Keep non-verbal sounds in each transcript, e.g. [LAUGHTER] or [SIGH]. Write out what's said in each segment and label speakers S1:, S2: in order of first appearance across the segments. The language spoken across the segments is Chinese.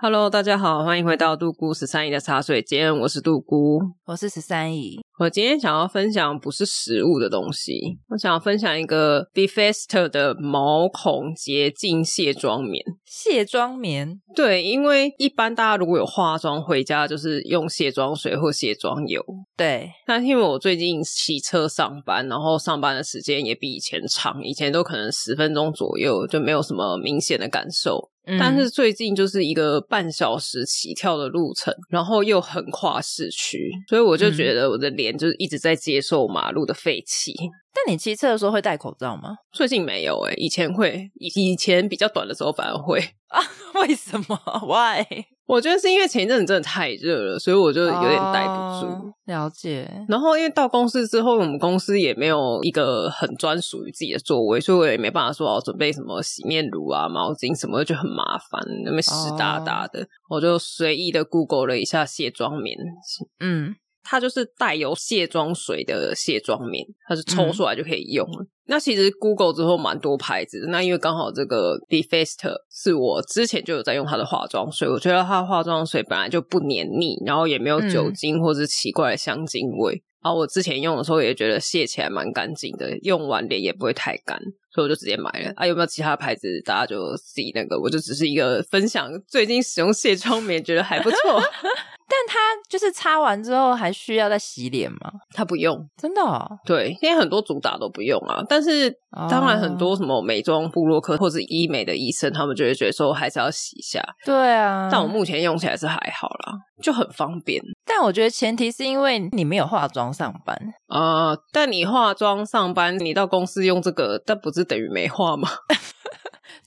S1: Hello，大家好，欢迎回到杜姑十三姨的茶水间，我是杜姑。
S2: 我是十三姨，
S1: 我今天想要分享不是食物的东西，我想要分享一个 Defester 的毛孔洁净卸妆棉。
S2: 卸妆棉
S1: 对，因为一般大家如果有化妆回家，就是用卸妆水或卸妆油。
S2: 对
S1: 但因为我最近骑车上班，然后上班的时间也比以前长，以前都可能十分钟左右，就没有什么明显的感受。
S2: 嗯
S1: 但是最近就是一个半小时起跳的路程，然后又横跨市区，所以我就
S2: 嗯
S1: 觉得我的脸就是一直在接受马路的废气。
S2: 但你骑车的时候会戴口罩吗？
S1: 最近没有诶、以前会，以以前比较短的时候反而会。
S2: [LAUGHS] 为什么？Why？
S1: 我觉得是因为前一阵子真的太热了，所以我就有点待不住。
S2: 哦了解，
S1: 然后因为到公司之后，我们公司也没有一个很专属于自己的座位，所以我也没办法说哦，准备什么洗面乳啊、毛巾什么的，就很麻烦，那么湿哒哒的。我就随意的 Google 了一下卸妆棉，
S2: 嗯，
S1: 它就是带有卸妆水的卸妆棉，它是抽出来就可以用了。那其实 Google 之后蛮多牌子的，那因为刚好这个 Defester 是我之前就有在用它的化妆水，我觉得它的化妆水本来就不黏腻，然后也没有酒精或是奇怪的香精味。然后我之前用的时候也觉得卸起来蛮干净的，用完脸也不会太干，所以我就直接买了。啊，有没有其他牌子？大家就自己那个，我就只是一个分享最近使用卸妆棉，觉得还不错。
S2: 但它就是擦完之后还需要再洗脸吗？
S1: 它不用，
S2: 真的、哦？
S1: 对，现在很多主打都不用啊，但是当然很多什么美妆部落客或者医美的医生，他们就会觉得说还是要洗一下。
S2: 对啊，
S1: 但我目前用起来是还好啦，就很方便
S2: 但我觉得前提是因为你没有化妆上班，
S1: 啊、呃但你化妆上班，你到公司用这个，但不是等于没化吗？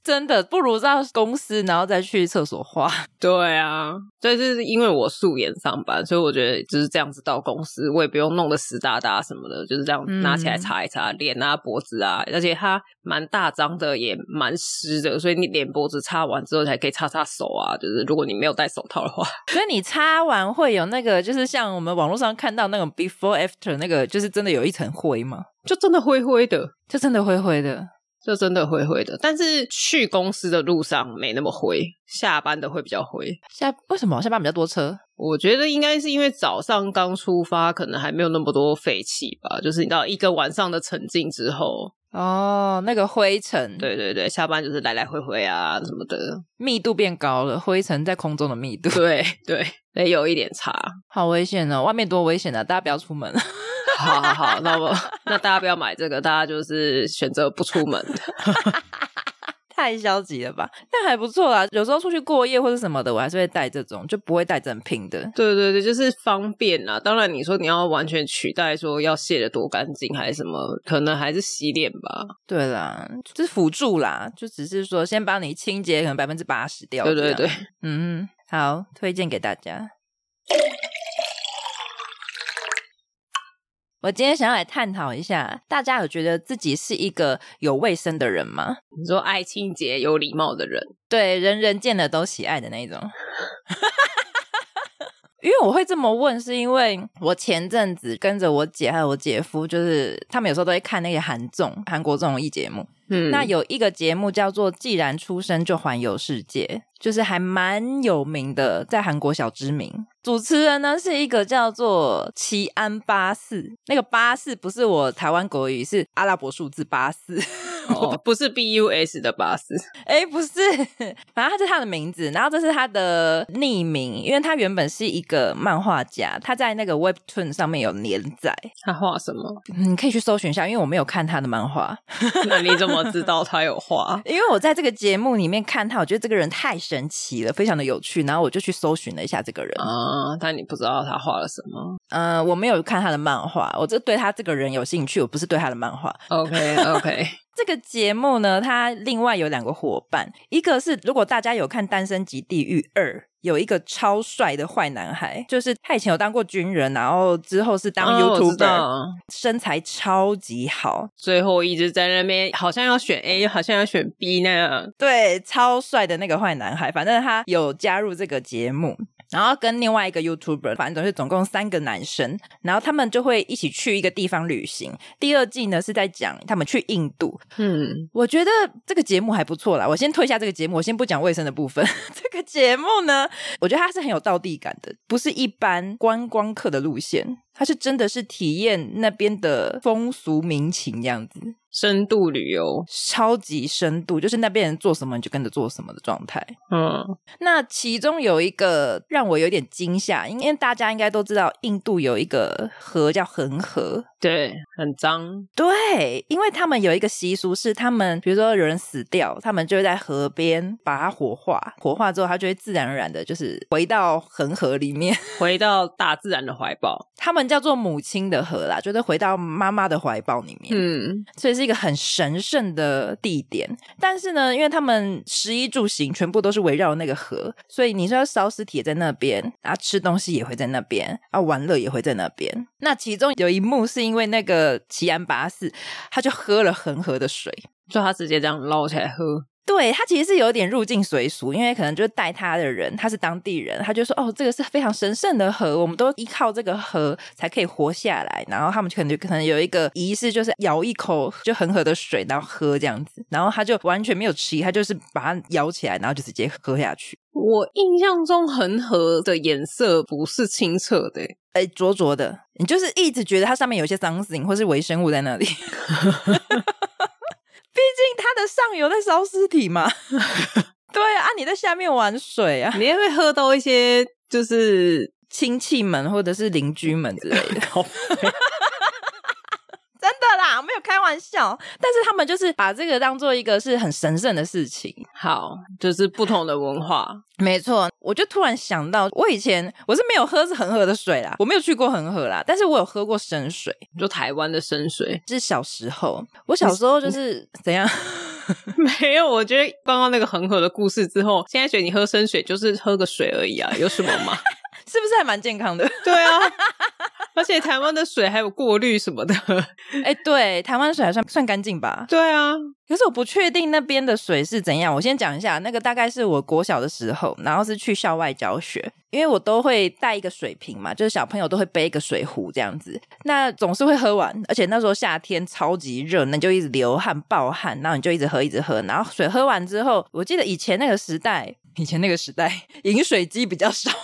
S2: 真的不如到公司然后再去厕所化。
S1: 对啊，所以就是因为我素颜上班，所以我觉得就是这样子到公司，我也不用弄得湿哒哒什么的，就是这样
S2: 嗯
S1: 拿起来擦一擦、脸啊、脖子啊，而且它蛮大张的，也蛮湿的，所以你脸脖子擦完之后才可以擦擦手啊。就是如果你没有戴手套的话，[LAUGHS]
S2: [LAUGHS] 所以你擦完会有那个，就是像我们网络上看到那种 before after 那个，就是真的有一层灰吗？
S1: 就真的灰灰的，
S2: 就真的灰灰的。
S1: 就真的灰灰的。但是去公司的路上没那么灰，下班的会比较灰。
S2: 下为什么下班比较多车？
S1: 我觉得应该是因为早上刚出发，可能还没有那么多废气吧。就是你知道一个晚上的沉浸之后，
S2: 哦，那个灰尘，，
S1: 对对对，下班就是来来回回啊什么的。
S2: 密度变高了，灰尘在空中的密度，
S1: [LAUGHS]
S2: [LAUGHS]
S1: 对对，得有一点差。
S2: 好危险哦！外面多危险啊！大家不要出门。
S1: [LAUGHS]
S2: [LAUGHS]
S1: 好好好，那我那大家不要买这个，大家就是选择不出门。
S2: 太消极了吧？但还不错啊，有时候出去过夜或者什么的，我还是会带这种，就不会带整瓶的。
S1: [LAUGHS] 对对对，就是方便啦。当然，你说你要完全取代说要卸的多干净还是什么，可能还是洗脸吧。
S2: 对啦，就是辅助啦，就只是说先帮你清洁，可能百分之八十掉。
S1: 对对
S2: 这样
S1: 对，
S2: 嗯，好，推荐给大家。我今天想要来探讨一下，大家有觉得自己是一个有卫生的人吗？
S1: 你说爱清洁、有礼貌的人，
S2: 对，人人见了都喜爱的那一种。因为我会这么问，是因为我前阵子跟着我姐还有我姐夫，就是他们有时候都会看那些韩综、韩国综艺节目。
S1: 嗯，
S2: 那有一个节目叫做《既然出生就环游世界》，就是还蛮有名的，在韩国小知名。主持人呢是一个叫做齐安八四，那个八四不是我台湾国语，是阿拉伯数字八四。
S1: 哦， [LAUGHS] 不是 BUS 的巴士，
S2: [LAUGHS] 哎，不是，反正他是他的名字，然后这是他的匿名，因为他原本是一个漫画家，他在那个 Webtoon 上面有连载，嗯
S1: 他画什么？ [LAUGHS]
S2: 你可以去搜寻一下，因为我没有看他的漫画，
S1: 那你怎么知道他有 [LAUGHS] 画？
S2: 因为我在这个节目里面看他，我觉得这个人太神奇了，非常的有趣，然后我就去搜寻了一下这个人。
S1: 啊，但你不知道他画了什么。
S2: 呃，我没有看他的漫画，我这对他这个人有兴趣，我不是对他的漫画。
S1: OK OK，
S2: 这个节目呢，它另外有两个伙伴，一个是如果大家有看《单身级地狱二》，有一个超帅的坏男孩，就是他以前有当过军人，然后之后是当
S1: 哦我知
S2: YouTuber，、
S1: 道
S2: 身材超级好，
S1: 最后一直在那边好像要选 A，好像要选 B 那样。
S2: 对，超帅的那个坏男孩，反正他有加入这个节目。然后跟另外一个 YouTuber，反正总是总共三个男生，然后他们就会一起去一个地方旅行。第二季呢是在讲他们去印度，
S1: 嗯，
S2: 我觉得这个节目还不错啦。我先退下这个节目，我先不讲卫生的部分。 [LAUGHS] 这个节目呢，我觉得它是很有道地感的，不是一般观光客的路线，它是真的是体验那边的风俗民情这样子。
S1: 深度旅游。
S2: 超级深度，就是那边人做什么你就跟着做什么的状态。
S1: 嗯，
S2: 那其中有一个让我有点惊吓，因为大家应该都知道，印度有一个河叫恒河。
S1: 对，很脏。
S2: 对，因为他们有一个习俗是，他们比如说有人死掉，他们就会在河边把它火化，火化之后，它就会自然而然的，就是回到恒河里面。 [LAUGHS]
S1: 回到大自然的怀抱。
S2: 他们叫做母亲的河啦，就是回到妈妈的怀抱里面。
S1: 嗯，
S2: 所以是一个很神圣的地点。但是呢，因为他们食衣住行全部都是围绕那个河，所以你说要烧尸体也在那边，啊，吃东西也会在那边，啊，玩乐也会在那边。那其中有一幕是因为那个齐安八世，他就喝了恒河的水。
S1: 就他直接这样捞起来喝。
S2: 对他其实是有点入境随俗，因为可能就是带他的人，他是当地人，他就说哦，这个是非常神圣的河，我们都依靠这个河才可以活下来。然后他们可能就可能有一个仪式，就是舀一口就恒河的水，然后喝这样子。然后他就完全没有迟疑，他就是把它舀起来，然后就直接喝下去。
S1: 我印象中恒河的颜色不是清澈的欸，
S2: 哎，灼灼的，你就是一直觉得它上面有一些 something 或是微生物在那里。毕 [LAUGHS] 竟它的上游在烧尸体嘛， [LAUGHS] 对啊，你在下面玩水啊。
S1: 你也会喝到一些就是
S2: 亲戚们或者是邻居们之类的， [LAUGHS] 真的啦，我没有开玩笑。但是他们就是把这个当做一个是很神圣的事情。
S1: 好，就是不同的文 [LAUGHS] 化。
S2: 没错，我就突然想到，我以前我是没有喝是恒河的水啦，我没有去过恒河啦，但是我有喝过生水，
S1: 就台湾的深水
S2: 是小时候。我小时候就是怎样？ [LAUGHS]
S1: 没有，我觉得刚刚那个恒河的故事之后，现在觉得你喝深水就是喝个水而已啊，有什么嘛？
S2: 是不是还蛮健康的？
S1: [LAUGHS] 对啊，而且台湾的水还有过滤什么的。
S2: 哎、对，台湾水还算算干净吧？
S1: 对啊，
S2: 可是我不确定那边的水是怎样。我先讲一下，那个大概是我国小的时候，然后是去校外教学，因为我都会带一个水瓶嘛，就是小朋友都会背一个水壶这样子，那总是会喝完。而且那时候夏天超级热，那你就一直流汗暴汗，然后你就一直喝一直喝，然后水喝完之后，我记得以前那个时代，以前那个时代饮水机比较少。 [LAUGHS]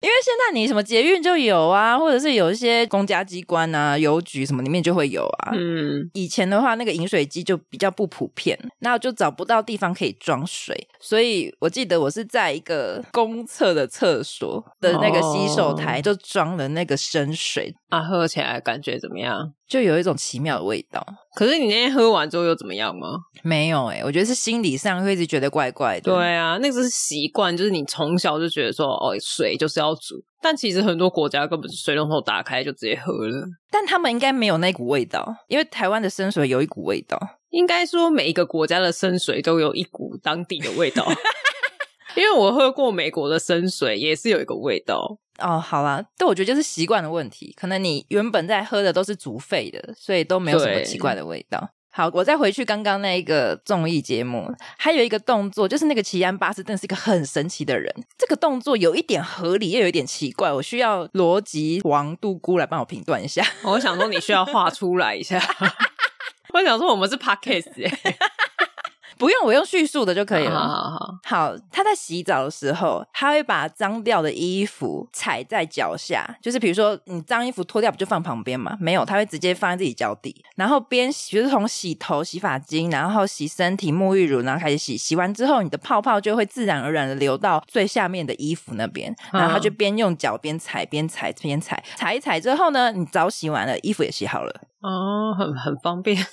S2: 因为现在你什么捷运就有啊，或者是有一些公家机关啊、邮局什么里面就会有啊。
S1: 嗯，
S2: 以前的话，那个饮水机就比较不普遍，那我就找不到地方可以装水，所以我记得我是在一个公厕的厕所的那个洗手台就装了那个生水，
S1: 啊，喝起来感觉怎么样？
S2: 就有一种奇妙的味道。
S1: 可是你那天喝完之后又怎么样吗？
S2: 没有诶、欸我觉得是心理上会一直觉得怪怪的。
S1: 对啊，那个是习惯，就是你从小就觉得说，哦，水就是要煮。但其实很多国家根本水龙头打开就直接喝了。
S2: 但他们应该没有那股味道，因为台湾的生水有一股味道。
S1: 应该说每一个国家的生水都有一股当地的味道。因为我喝过美国的生水，也是有一个味道。
S2: 哦，好啦，但我觉得就是习惯的问题，可能你原本在喝的都是足沸的，所以都没有什么
S1: 对
S2: 奇怪的味道。好，我再回去刚刚那一个综艺节目，还有一个动作，就是那个齐安巴斯顿是一个很神奇的人。这个动作有一点合理，又有一点奇怪，我需要逻辑王杜姑来帮我评断一下。 [LAUGHS]
S1: 我想说你需要画出来一下。 [LAUGHS] 我想说我们是 podcast 哎、
S2: 不用，我用叙述的就可以
S1: 好
S2: 了。
S1: 好好，
S2: 好，他在洗澡的时候，他会把脏掉的衣服踩在脚下，就是比如说你脏衣服脱掉不就放旁边嘛？没有，他会直接放在自己脚底，然后边洗，就是从洗头、洗发精，然后洗身体、沐浴乳，然后开始洗。洗完之后，你的泡泡就会自然而然的流到最下面的衣服那边，
S1: 嗯
S2: 然后他就边用脚边踩，边踩边踩，踩一踩之后呢，你澡洗完了，衣服也洗好了。 [LAUGHS]
S1: 哦，很很方便， [LAUGHS] 欸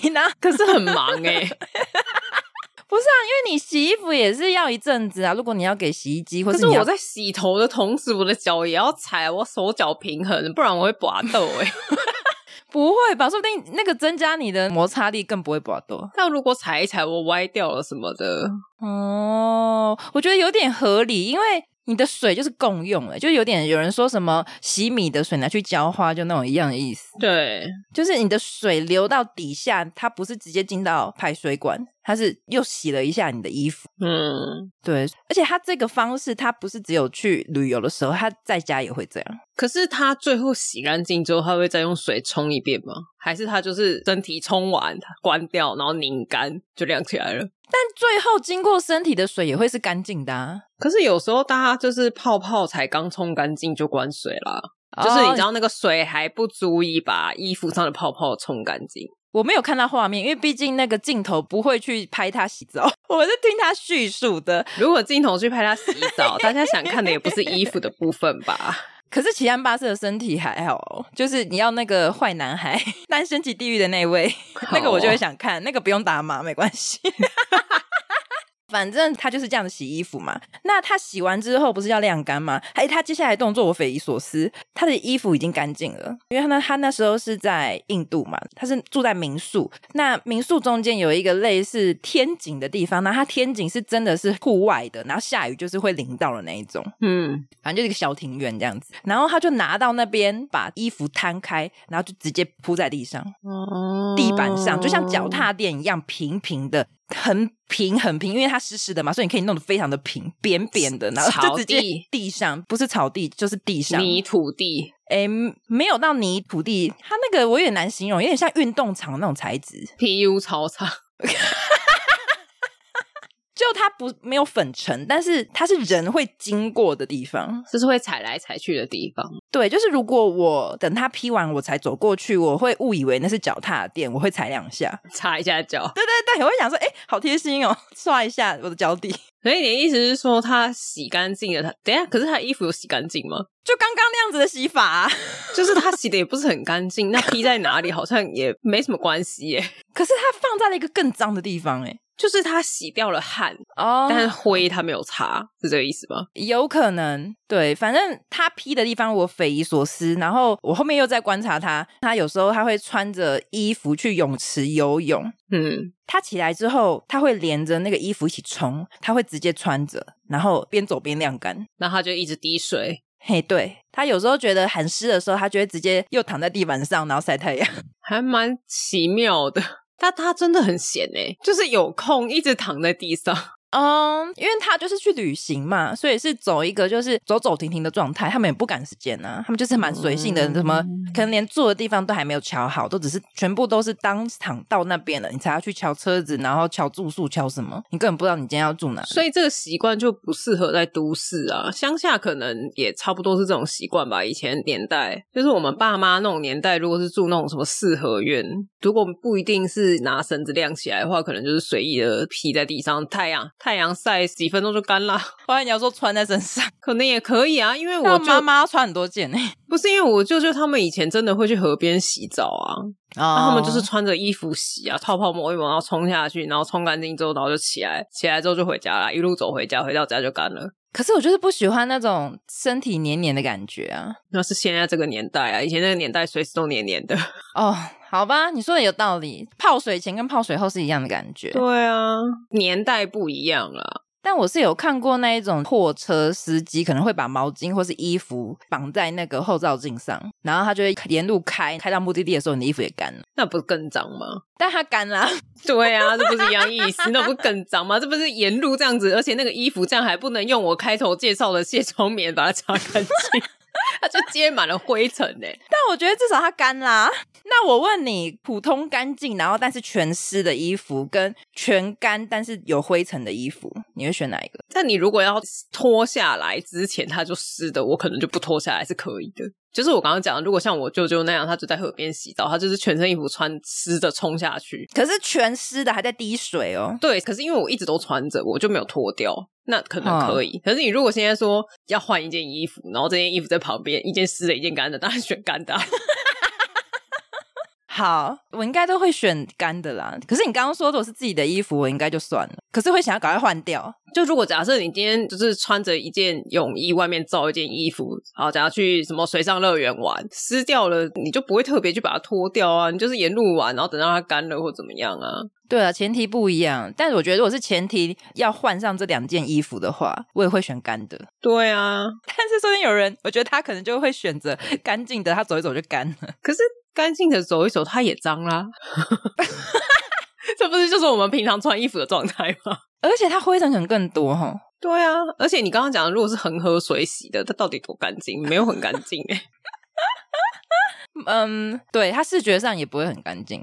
S2: 对呢，
S1: 可是很忙哎、
S2: 不是啊，因为你洗衣服也是要一阵子啊。如果你要给洗衣机，或
S1: 可是
S2: 你
S1: 我
S2: 要
S1: 在洗头的同时，我的脚也要踩，我手脚平衡，不然我会拔豆哎、 [LAUGHS] 欸。
S2: 不会吧？说不定那个增加你的摩擦力，更不会拔多。
S1: 但如果踩一踩，我歪掉了什么的，
S2: 哦，我觉得有点合理，因为你的水就是共用欸的，就有点有人说什么洗米的水拿去浇花，就那种一样的意思，
S1: 对，
S2: 就是你的水流到底下，它不是直接进到排水管，它是又洗了一下你的衣服。
S1: 嗯。
S2: 对，而且它这个方式，它不是只有去旅游的时候，它在家也会这样。
S1: 可是它最后洗干净之后，它会再用水冲一遍吗？还是它就是身体冲完，它关掉，然后拧干就晾起来了？
S2: 但最后经过身体的水也会是干净的、啊，
S1: 可是有时候大家就是泡泡才刚冲干净就关水啦，就是你知
S2: 哦
S1: 道那个水还不足以把衣服上的泡泡冲干净。
S2: 我没有看到画面，因为毕竟那个镜头不会去拍他洗澡， [LAUGHS] 我是听他叙述的。
S1: [LAUGHS] 如果镜头去拍他洗
S2: [LAUGHS]
S1: 澡，大家想看的也不是衣服的部分吧？
S2: 可是齐安巴斯的身体还好哦，就是你要那个坏男孩， [LAUGHS] 单身级地狱的那一位， [LAUGHS]
S1: 哦
S2: 那个我就会想看，那个不用打码没关系。反正他就是这样子洗衣服嘛。那他洗完之后不是要晾干吗？哎，他接下来动作我匪夷所思，他的衣服已经干净了，因为他那他那时候是在印度嘛，他是住在民宿。那民宿中间有一个类似天井的地方，那他天井是真的是户外的，然后下雨就是会淋到的那一种。
S1: 嗯，
S2: 反正就是一个小庭院这样子。然后他就拿到那边，把衣服摊开，然后就直接铺在地上，
S1: 哦
S2: 地板上，就像脚。踏垫一样平平的，很平很平，因为它湿湿的嘛，所以你可以弄得非常的平，扁扁的，然后
S1: 草
S2: 就直接
S1: 地
S2: 地上，不是草地就是地上。
S1: 泥土地，
S2: 诶，没有到泥土地，它那个我有点难形容，有点像运动场那种材质，
S1: PU 操场， [LAUGHS]
S2: 就它不没有粉尘，但是它是人会经过的地方。
S1: 就是会踩来踩去的地方。
S2: 对，就是如果我等他劈完我才走过去，我会误以为那是脚踏垫，我会踩两下。
S1: 擦一下脚。
S2: 对对对，我会想说，哎、好贴心哦，刷一下我的脚底。
S1: 所以你的意思是说，他洗干净了，他等一下，可是他的衣服有洗干净吗？
S2: 就刚刚那样子的洗法啊、
S1: 就是他洗的也不是很干净，那披在哪里好像也没什么关系耶。
S2: [LAUGHS] 可是它放在了一个更脏的地方、欸诶
S1: 就是他洗掉了汗，
S2: 哎，哦
S1: 但是灰他没有擦，是这个意思吗？
S2: 有可能，对，反正他劈的地方我匪夷所思。然后我后面又在观察他，他有时候他会穿着衣服去泳池游泳，
S1: 嗯，
S2: 他起来之后他会连着那个衣服一起冲，他会直接穿着，然后边走边晾干。
S1: 然后他就一直滴水，
S2: 嘿，对他有时候觉得很湿的时候，他就会直接又躺在地板上，然后晒太阳。
S1: 还蛮奇妙的。 [LAUGHS] 但他真的很闲哎，就是有空一直躺在地上。
S2: 嗯因为他就是去旅行嘛，所以是走一个就是走走停停的状态。他们也不赶时间啊，他们就是蛮随性的，
S1: 嗯
S2: 什么可能连住的地方都还没有瞧好，都只是全部都是当场到那边了，你才要去瞧车子，然后瞧住宿，瞧什么，你根本不知道你今天要住哪。
S1: 所以这个习惯就不适合在都市啊，乡下可能也差不多是这种习惯吧。以前年代就是我们爸妈那种年代，如果是住那种什么四合院，如果不一定是拿绳子晾起来的话，可能就是随意的披在地上，太阳太阳晒几分钟就干啦，
S2: 后来你要说穿在身上，
S1: 可能也可以啊。因为
S2: [LAUGHS] 我
S1: 我
S2: 妈
S1: 舅
S2: 妈要穿很多 [LAUGHS] 件呢、
S1: 不是因为我舅舅他们以前真的会去河边洗澡啊，
S2: 哦
S1: 那他们就是穿着衣服洗啊，泡泡抹一抹，然后冲下去，然后冲干净之后，然后就起来，起来之后就回家啦，一路走回家，回到家就干了。
S2: 可是我就是不喜欢那种身体黏黏的感觉啊。
S1: 那是现在这个年代啊，以前那个年代随时都黏黏的。
S2: 哦，好吧，你说的有道理，泡水前跟泡水后是一样的感觉。
S1: 对啊，年代不一样啦。
S2: 但我是有看过那一种货车司机可能会把毛巾或是衣服绑在那个后照镜上，然后他就会沿路开，开到目的地的时候，你的衣服也干了。
S1: 那不是更脏吗？
S2: 但他干啦， [LAUGHS]
S1: 对啊，这不是一样意思？那不是更脏吗？这不是沿路这样子，而且那个衣服这样还不能用我开头介绍的卸妆棉把它擦干净， [LAUGHS] 它就接满了灰尘欸呢、
S2: 但我觉得至少他干啦。那我问你，普通干净然后但是全湿的衣服，跟全干但是有灰尘的衣服，你会选哪一个？
S1: 但你如果要脱下来之前它就湿的，我可能就不脱下来是可以的。就是我刚刚讲的，如果像我舅舅那样，他就在河边洗澡，他就是全身衣服穿湿的冲下去，
S2: 可是全湿的还在滴水哦。
S1: 对，可是因为我一直都穿着，我就没有脱掉，那可能可以。可是你如果现在说要换一件衣服，然后这件衣服在旁边，一件湿的，一件干的，当然选干的啊、
S2: 好，我应该都会选干的啦。可是你刚刚说的我是自己的衣服，我应该就算了。可是会想要赶快换掉。
S1: 就如果假设你今天就是穿着一件泳衣，外面罩一件衣服，然后假如去什么水上乐园玩，湿掉了，你就不会特别去把它脱掉啊，你就是沿路玩，然后等到它干了或怎么样啊。
S2: 对啊，前提不一样，但是我觉得如果是前提要换上这两件衣服的话，我也会选干的。 [LAUGHS]
S1: 对啊，
S2: 但是说不定有人，我觉得他可能就会选择干净的，他走一走就干了。 [LAUGHS]
S1: 可是干净的走一走，它也脏啦。 [LAUGHS] 这不是就是我们平常穿衣服的状态吗？ [LAUGHS]
S2: 而且它灰尘可能更多哈、
S1: 对啊，而且你刚刚讲的，如果是恒河水洗的，它到底多干净？没有很干净哎、
S2: 嗯，对，它视觉上也不会很干净。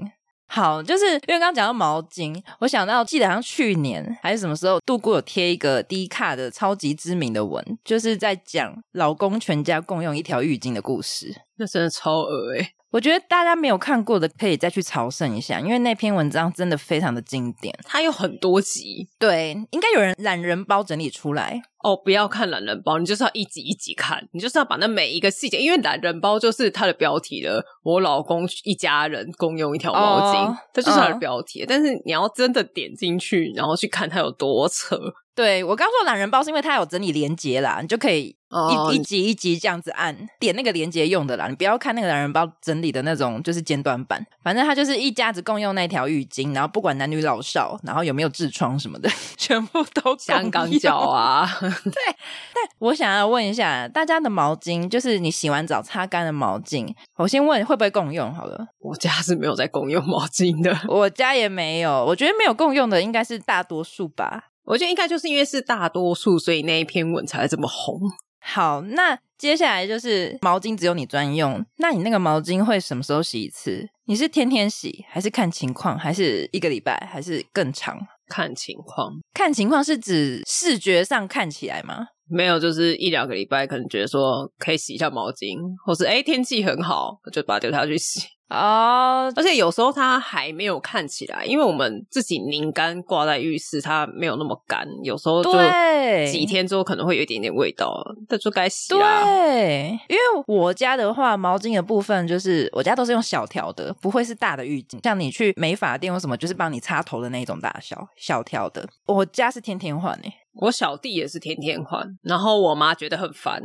S2: 好，就是因为刚刚讲到毛巾，我想到记得好像去年还是什么时候，杜姑有贴一个低卡的超级知名的文，就是在讲老公全家共用一条浴巾的故事。
S1: [LAUGHS] 那真的超恶哎、
S2: 我觉得大家没有看过的，可以再去朝圣一下，因为那篇文章真的非常的经典。
S1: 它有很多集
S2: 对，应该有人懒人包整理出来，
S1: 哦，不要看懒人包，你就是要一集一集看，你就是要把那每一个细节，因为懒人包就是它的标题了。我老公一家人共用一条毛巾，
S2: 哦
S1: 这就是它的
S2: 嗯
S1: 标题。但是你要真的点进去，然后去看它有多扯，
S2: 对我刚说懒人包是因为它有整理连接啦，你就可以
S1: 哦
S2: 一一集一集这样子按点那个连接用的啦，你不要看那个懒人包整理的那种就是简短版，反正它就是一家子共用那条浴巾，然后不管男女老少，然后有没有痔疮什么的， [LAUGHS] 全部都共
S1: 香港
S2: 用
S1: 脚。啊， [LAUGHS]
S2: 我想要问一下大家的毛巾，就是你洗完澡擦干的毛巾，我先问会不会共用好了，
S1: 我家是没有在共用毛巾的。 [LAUGHS]
S2: 我家也没有，我觉得没有共用的应该是大多数吧。
S1: 我觉得应该就是因为是大多数，所以那一篇文才会这么红。
S2: 好，那接下来就是毛巾只有你专用。那你那个毛巾会什么时候洗一次？你是天天洗，还是看情况，还是一个礼拜，还是更长？
S1: 看情况，
S2: 看情况是指视觉上看起来吗？
S1: 没有就是一两个礼拜，可能觉得说可以洗一下毛巾，或是哎、诶天气很好，就把它丢下去洗。
S2: 哦，
S1: 而且有时候它还没有看起来，因为我们自己拧干挂在浴室，它没有那么干，有时候就
S2: 对
S1: 几天之后可能会有一点点味道，那就该洗啊啦。
S2: [LAUGHS] 对，因为我家的话，毛巾的部分就是我家都是用小条的，不会是大的浴巾。像你去美发店或什么，就是帮你擦头的那种大小小条的。我家是天天换欸诶、
S1: 我小弟也是天天换，然后我妈觉得很烦，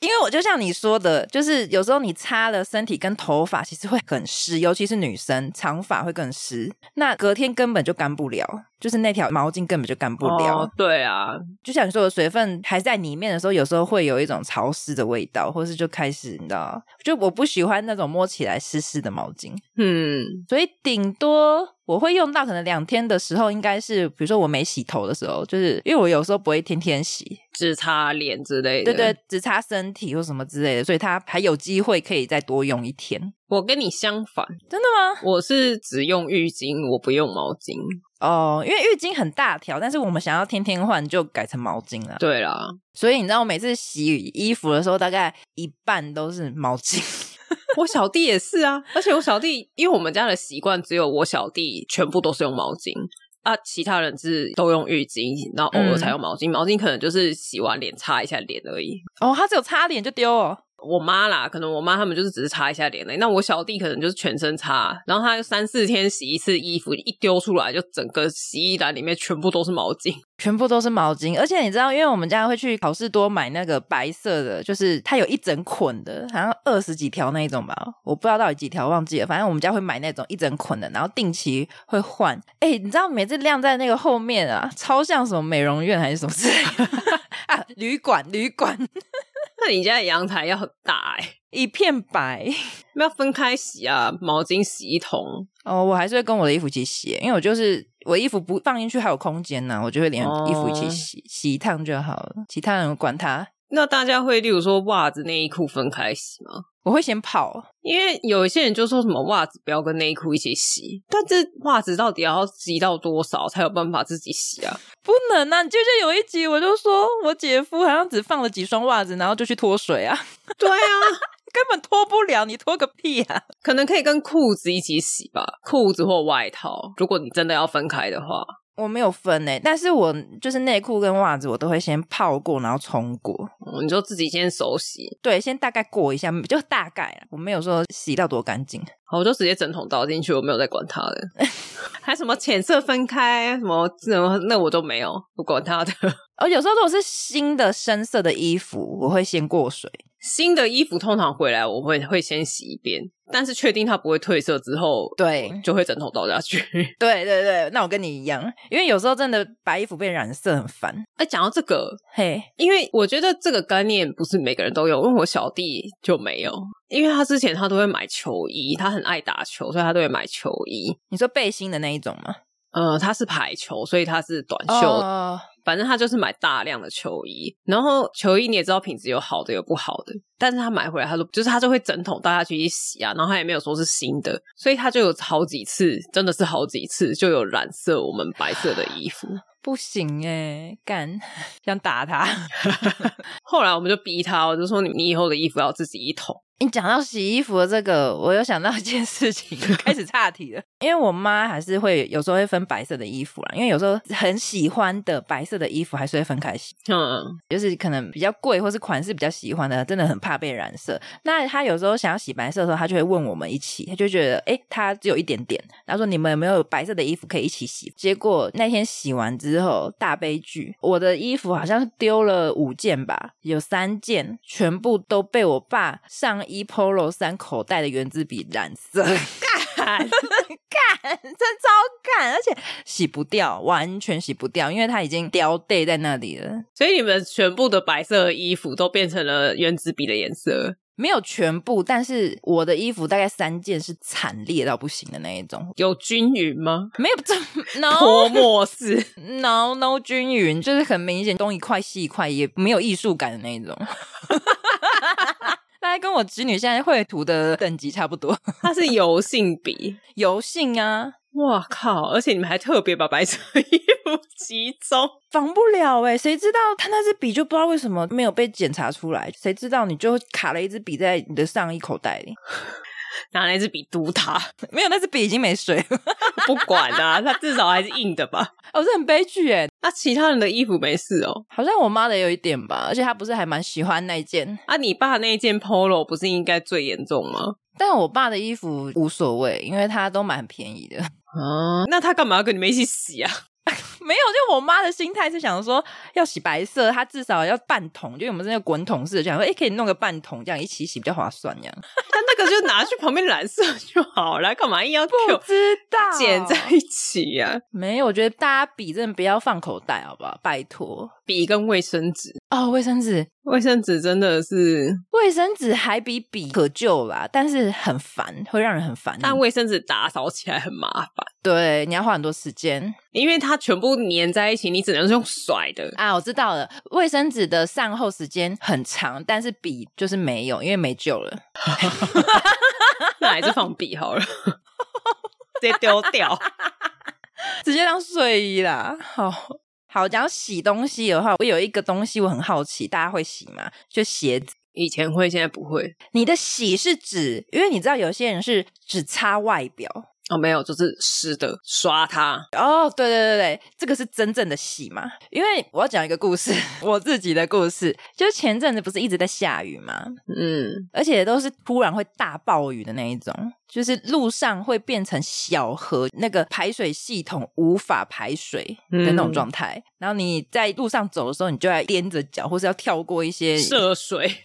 S2: 因为我就像你说的，就是有时候你擦了身体跟头发，其实会很湿，尤其是女生长发会更湿。那隔天根本就干不了，就是那条毛巾根本就干不了。
S1: 哦对啊，
S2: 就像你说的，水分还在里面的时候，有时候会有一种潮湿的味道，或是就开始你知道，就我不喜欢那种摸起来湿湿的毛巾，
S1: 嗯，
S2: 所以顶多我会用到可能两天的时候，应该是比如说我没洗头的时候，就是因为我有时候不会天天洗，
S1: 只擦脸之类的。
S2: 对对，只擦身体或什么之类的，所以它还有机会可以再多用一天。
S1: 我跟你相反，
S2: 真的吗？
S1: 我是只用浴巾，我不用毛巾。
S2: 哦，因为浴巾很大条，但是我们想要天天换，就改成毛巾了。
S1: 对啦，
S2: 所以你知道，我每次洗衣服的时候，大概一半都是毛巾。 [LAUGHS]
S1: 我小弟也是啊，而且我小弟，因为我们家的习惯只有我小弟全部都是用毛巾啊，其他人是都用浴巾，然后偶尔才用毛巾。毛巾可能就是洗完脸擦一下脸而已。
S2: 哦，他只有擦脸就丢哦。
S1: 我妈啦，可能我妈他们就是只是擦一下脸而已。那我小弟可能就是全身擦，然后他三四天洗一次衣服，一丢出来就整个洗衣篮里面全部都是毛巾。 [LAUGHS]
S2: 全部都是毛巾，而且你知道，因为我们家会去考试多买那个白色的，就是它有一整捆的，好像二十几条那一种吧，我不知道到底几条忘记了。反正我们家会买那种一整捆的，然后定期会换。哎、你知道每次晾在那个后面啊，超像什么美容院还是什么之类的 [LAUGHS] 啊，旅馆旅馆
S1: 那你家的阳台要很大哎、
S2: 一片白。
S1: 那要分开洗啊，毛巾洗一桶。
S2: 哦，我还是会跟我的衣服一起洗，因为我就是我衣服不放进去还有空间呢、我就会连
S1: 哦
S2: 衣服一起洗，洗一趟就好了，其他人管他。
S1: 那大家会例如说袜子、内衣裤分开洗吗？
S2: 我会先跑，
S1: 因为有一些人就说什么袜子不要跟内裤一起洗，但这袜子到底要洗到多少才有办法自己洗啊？
S2: 不能啊！你记不记得有一集我就说我姐夫好像只放了几双袜子，然后就去脱水啊， [LAUGHS]
S1: 对啊，
S2: 根本脱不了，你脱个屁啊！
S1: 可能可以跟裤子一起洗吧，裤子或外套。如果你真的要分开的话，
S2: 我没有分诶、但是我就是内裤跟袜子我都会先泡过，然后冲过，
S1: 嗯你就自己先手洗。
S2: 对，先大概过一下，就大啊概啦，我没有说洗到多干净。
S1: 好，我就直接整桶倒进去，我没有在管它的。 [LAUGHS] 还什么浅色分开什么那那我都没有，不管它的。 [LAUGHS]
S2: 而有时候如果是新的深色的衣服，我会先过水。
S1: 新的衣服通常回来我会会先洗一遍，但是确定它不会褪色之后，
S2: 对
S1: 就会枕头倒下去。 [LAUGHS]
S2: 对对对，那我跟你一样，因为有时候真的白衣服被染色很烦。
S1: 哎，讲到这个，
S2: 嘿，
S1: 因为我觉得这个概念不是每个人都有，因为我小弟就没有，因为他之前他都会买球衣，他很爱打球，所以他都会买球衣。
S2: 你说背心的那一种吗？
S1: 呃，他是排球，所以他是短袖
S2: 哦
S1: 反正他就是买大量的球衣，然后球衣你也知道品质有好的有不好的，但是他买回来他都就是他就会整桶倒下去一洗啊，然后他也没有说是新的，所以他就有好几次，真的是好几次就有染色我们白色的衣服。
S2: 不行哎、干想打他。
S1: 后来我们就逼他，我就说你你以后的衣服要自己一桶。
S2: [LAUGHS] 你讲到洗衣服的这个，我又想到一件事情，开始岔题了。因为我妈还是会有时候会分白色的衣服啦，因为有时候很喜欢的白色的衣服还是会分开洗。
S1: 嗯，
S2: 就是可能比较贵或是款式比较喜欢的，真的很怕被染色。那他有时候想要洗白色的时候，他就会问我们一起，他就觉得诶，他只有一点点，然后说你们有没有白色的衣服可以一起洗？结果那天洗完之后大悲剧，我的衣服好像是丢了五件吧，有三件全部都被我爸上衣 polo 衫口袋的圆珠笔染色， [LAUGHS]
S1: 干
S2: 干，真超干，而且洗不掉，完全洗不掉，因为它已经掉đầy在那里了。
S1: 所以你们全部的白色的衣服都变成了原子笔的颜色，
S2: 没有全部，但是我的衣服大概三件是惨烈到不行的那一种，
S1: 有均匀吗？
S2: 没有这 no
S1: [LAUGHS] 泼墨式，
S2: no no [LAUGHS] 均匀，就是很明显东一块西一块，也没有艺术感的那一种。 [LAUGHS] 大概跟我侄女现在绘图的等级差不多，
S1: [LAUGHS] 它是油性笔。
S2: 油性啊，
S1: 哇靠！而且你们还特别把白色衣服集中，
S2: 防不了哎、谁知道他那支笔就不知道为什么没有被检查出来，谁知道你就卡了一支笔在你的上衣口袋里， [LAUGHS]
S1: 拿那支笔嘟它，
S2: 没有那支笔已经没水了， [LAUGHS]
S1: 不管啊，它至少还是硬的吧？
S2: 哦，这很悲剧哎、
S1: 啊，其他人的衣服没事哦。
S2: 好像我妈的有一点吧，而且她不是还蛮喜欢那一件，
S1: 啊，你爸那一件 polo 不是应该最严重吗？
S2: 但我爸的衣服无所谓，因为他都蛮便宜的。 [LAUGHS]
S1: 啊，那他干嘛要跟你们一起洗啊？ [LAUGHS]
S2: 没有，就我妈的心态是想说要洗白色，她至少要半桶，就我们这个滚筒式的，想说哎、诶可以弄个半桶，这样一起洗比较划算，这样。
S1: 他那个就拿去旁边染色就好了，干嘛硬要 Q
S2: 知道
S1: 剪在一起啊？
S2: [LAUGHS] 没有，我觉得大家笔真的不要放口袋，好不好？拜托
S1: 笔跟卫生纸，
S2: 哦，卫生纸，
S1: 卫生纸真的是，
S2: 卫生纸还比笔可救啦，但是很烦，会让人很烦。
S1: 但卫生纸打扫起来很麻烦，
S2: 对，你要花很多时间。
S1: 因为它全部粘在一起，你只能是用甩的。
S2: 啊，我知道了，卫生纸的善后时间很长，但是笔就是没有，因为没救了。
S1: 那还是放笔好了， [LAUGHS] 直接丢掉。
S2: 直接当睡衣啦。好好讲洗东西的话，我有一个东西我很好奇，大家会洗吗？就鞋子。
S1: 以前会，现在不会
S2: 你的洗是指，因为你知道有些人是只擦外表。
S1: 哦，没有，就是湿的刷它。
S2: 哦，对对对对，这个是真正的洗嘛？因为我要讲一个故事， [LAUGHS] 我自己的故事，就是前阵子不是一直在下雨吗？
S1: 嗯，
S2: 而且都是突然会大暴雨的那一种，就是路上会变成小河，那个排水系统无法排水的那种状态。然后你在路上走的时候，你就要踮着脚，或是要跳过一些
S1: 涉水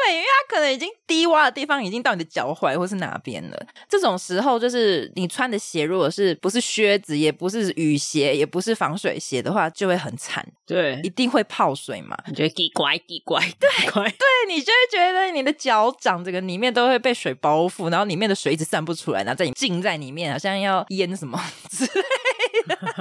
S2: 对，因为它可能已经低洼的地方已经到你的脚踝或是哪边了。这种时候，就是你穿的鞋如果是不是靴子，也不是雨鞋，也不是防水鞋的话，就会很惨，
S1: 对
S2: 一，定会泡水嘛。
S1: 你觉得奇怪奇怪对怪，
S2: 对你就会觉得你的脚掌这个里面都会被水包覆，然后里面的水一直散不出来，然后在你浸在里面，好像要淹什么 [LAUGHS] 之类的，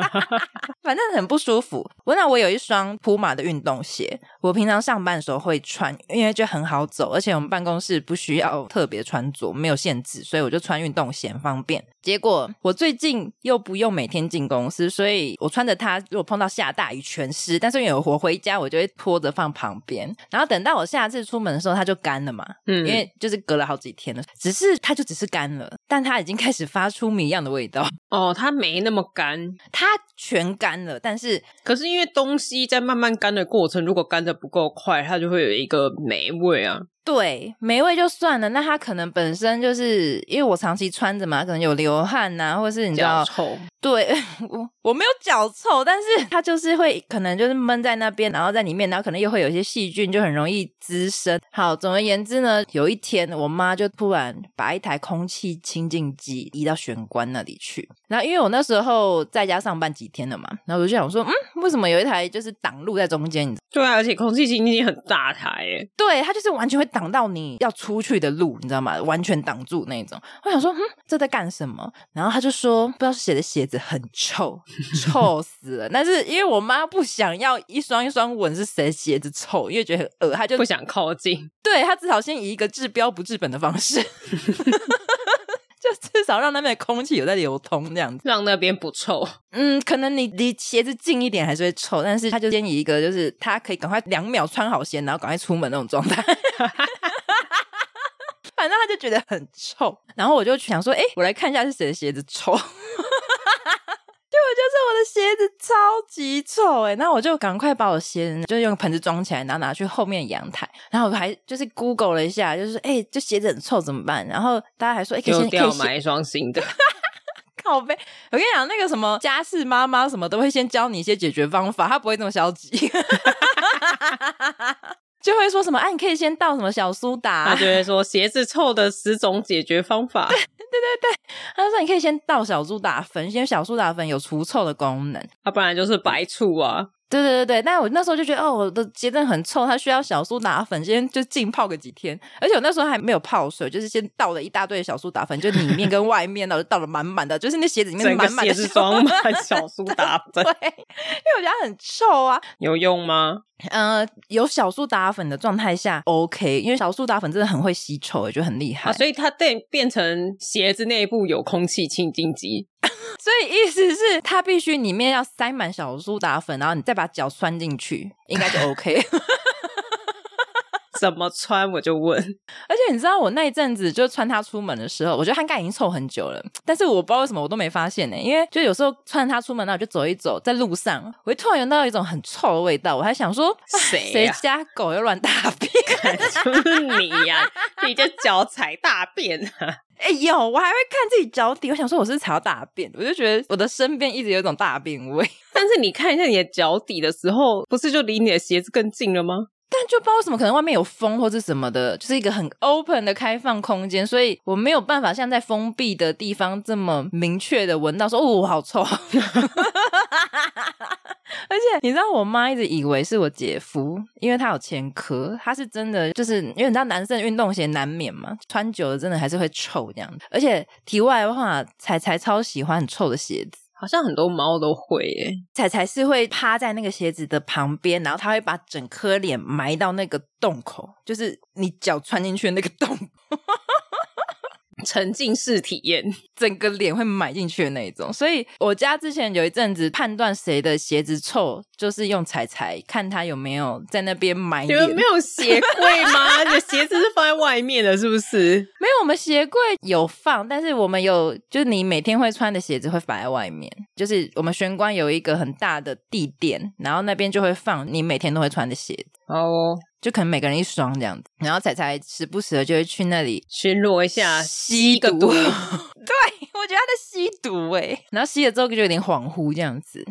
S2: 反正很不舒服。我那我有一双普马的运动鞋，我平常上班的时候会穿，因为就很好走，而且我们办公室不需要特别穿着，没有限制，所以我就穿运动鞋很方便。结果我最近又不用每天进公司，所以我穿着它，如果碰到下大雨全湿，但是因为我回家我就会拖着放旁边，然后等到我下次出门的时候它就干了嘛，
S1: 嗯
S2: 因为就是隔了好几天了，只是它就只是干了，但它已经开始发出米一样的味道， [LAUGHS]
S1: 哦，它没那么干。
S2: 它全干了，但是
S1: 可是因为东西在慢慢干的过程，如果干的不够快，它就会有一个霉味啊。
S2: 对，霉味就算了，那它可能本身就是因为我长期穿着嘛，可能有流汗呐、或者是你知道
S1: 脚，臭，
S2: 对 [LAUGHS] 我我没有脚臭，但是它就是会可能就是闷在那边，然后在里面，然后可能又会有一些细菌，就很容易滋生。好，总而言之呢，有一天我妈就突然把一台空气清净机移到玄关那里去，然后因为我那时候在家上班几天了嘛，然后我就想说，嗯，为什么有一台就是挡路在中间？你知
S1: 对啊，而且空气清净机很大台耶，
S2: 对，它就是完全会挡到你要出去的路，你知道吗？完全挡住那种。我想说，嗯，这在干什么？然后他就说，不知道是谁的鞋子很臭，臭死了。但是因为我妈不想要一双一双闻是谁鞋子臭，因为觉得很恶，她就
S1: 不想靠近。
S2: 对她至少先以一个治标不治本的方式， [LAUGHS] 就至少让那边的空气有在流通这样子。
S1: 让那边不臭，
S2: 嗯，可能你离鞋子近一点还是会臭，但是他就先以一个就是他可以赶快两秒穿好鞋，然后赶快出门那种状态。 [LAUGHS] 反正他就觉得很臭，然后我就想说，哎、我来看一下是谁的鞋子臭。结 [LAUGHS] 果就是我的鞋子超级臭哎、诶那我就赶快把我鞋子就用盆子装起来，然后拿去后面阳台。然后我还就是 Google 了一下，就是哎、诶这鞋子很臭怎么办？然后大家还说，哎、可以
S1: 丢
S2: 先可
S1: 掉
S2: 以先
S1: 买一双新的。
S2: [LAUGHS] 靠背，我跟你讲，那个什么家事妈妈什么都会先教你一些解决方法，她不会这么消极， [LAUGHS] 就会说什么，哎、你可以先倒什么小苏打啊
S1: 他，就会说鞋子臭的十种解决方法，
S2: 她说你可以先倒小苏打粉，因为小苏打粉有除臭的功能。
S1: 他本来就是白醋啊。
S2: 对对对对，但我那时候就觉得，哦，我的鞋真的很臭，它需要小苏打粉，先就浸泡个几天。而且我那时候还没有泡水，就是先倒了一大堆的小苏打粉，就里面跟外面，然后就倒了满满的，就是那鞋子里面
S1: 整个
S2: 满满
S1: 鞋
S2: 的
S1: 子
S2: 小
S1: 装满小苏打
S2: [LAUGHS]
S1: 粉
S2: 对，，因为我觉得它很臭啊，
S1: 有用吗？
S2: 呃，有小苏打粉的状态下，OK，因为小苏打粉真的很会吸臭，我觉得很厉害。
S1: 啊，所以它变变成鞋子内部有空气清净机，
S2: 所以意思是，它必须里面要塞满小苏打粉，然后你再把脚穿进去，应该就
S1: [LAUGHS]
S2: OK。
S1: 怎么穿我就问，
S2: 而且你知道，我那一阵子就穿它出门的时候，我觉得它应该已经臭很久了，但是我不知道为什么我都没发现呢、因为就有时候穿它出门，然后我就走一走，在路上，我就突然闻到一种很臭的味道，我还想说，哎
S1: 谁
S2: 谁
S1: 呀
S2: 家狗又乱大便？
S1: 就是你呀、你的脚踩大便啊！
S2: 哎呦，我还会看自己脚底，我想说我是不是踩到大便，我就觉得我的身边一直有一种大便味， [LAUGHS]
S1: 但是你看一下你的脚底的时候，不是就离你的鞋子更近了吗？
S2: 但就不知道为什么，可能外面有风或是什么的，就是一个很 open 的开放空间，所以我没有办法像在封闭的地方这么明确的闻到说哦，我好臭。 [LAUGHS] 而且你知道，我妈一直以为是我姐夫，因为他有前科，他是真的，就是因为你知道男生运动鞋难免嘛，穿久了真的还是会臭这样。而且题外话，彩彩超喜欢很臭的鞋子。
S1: 好像很多猫都会耶，
S2: 彩彩是会趴在那个鞋子的旁边，然后她会把整颗脸埋到那个洞口，就是你脚穿进去的那个洞， [LAUGHS]
S1: 沉浸式体验，
S2: 整个脸会埋进去的那一种。所以我家之前有一阵子判断谁的鞋子臭，就是用彩彩看她有没有在那边埋
S1: 你
S2: 脸。
S1: 们没有鞋柜
S2: [LAUGHS]
S1: 吗？你的鞋子是放在外面的，是不是？
S2: 没有，我们鞋柜有放，但是我们有，就是你每天会穿的鞋子会摆在外面，就是我们玄关有一个很大的地垫，然后那边就会放你每天都会穿的鞋子。
S1: 哦，
S2: 就可能每个人一双这样子，然后彩彩时不时的就会去那里
S1: 巡逻一下，
S2: 吸
S1: 个 [LAUGHS] 毒
S2: 对，我觉得他在吸毒哎、然后吸了之后就有点恍惚这样子，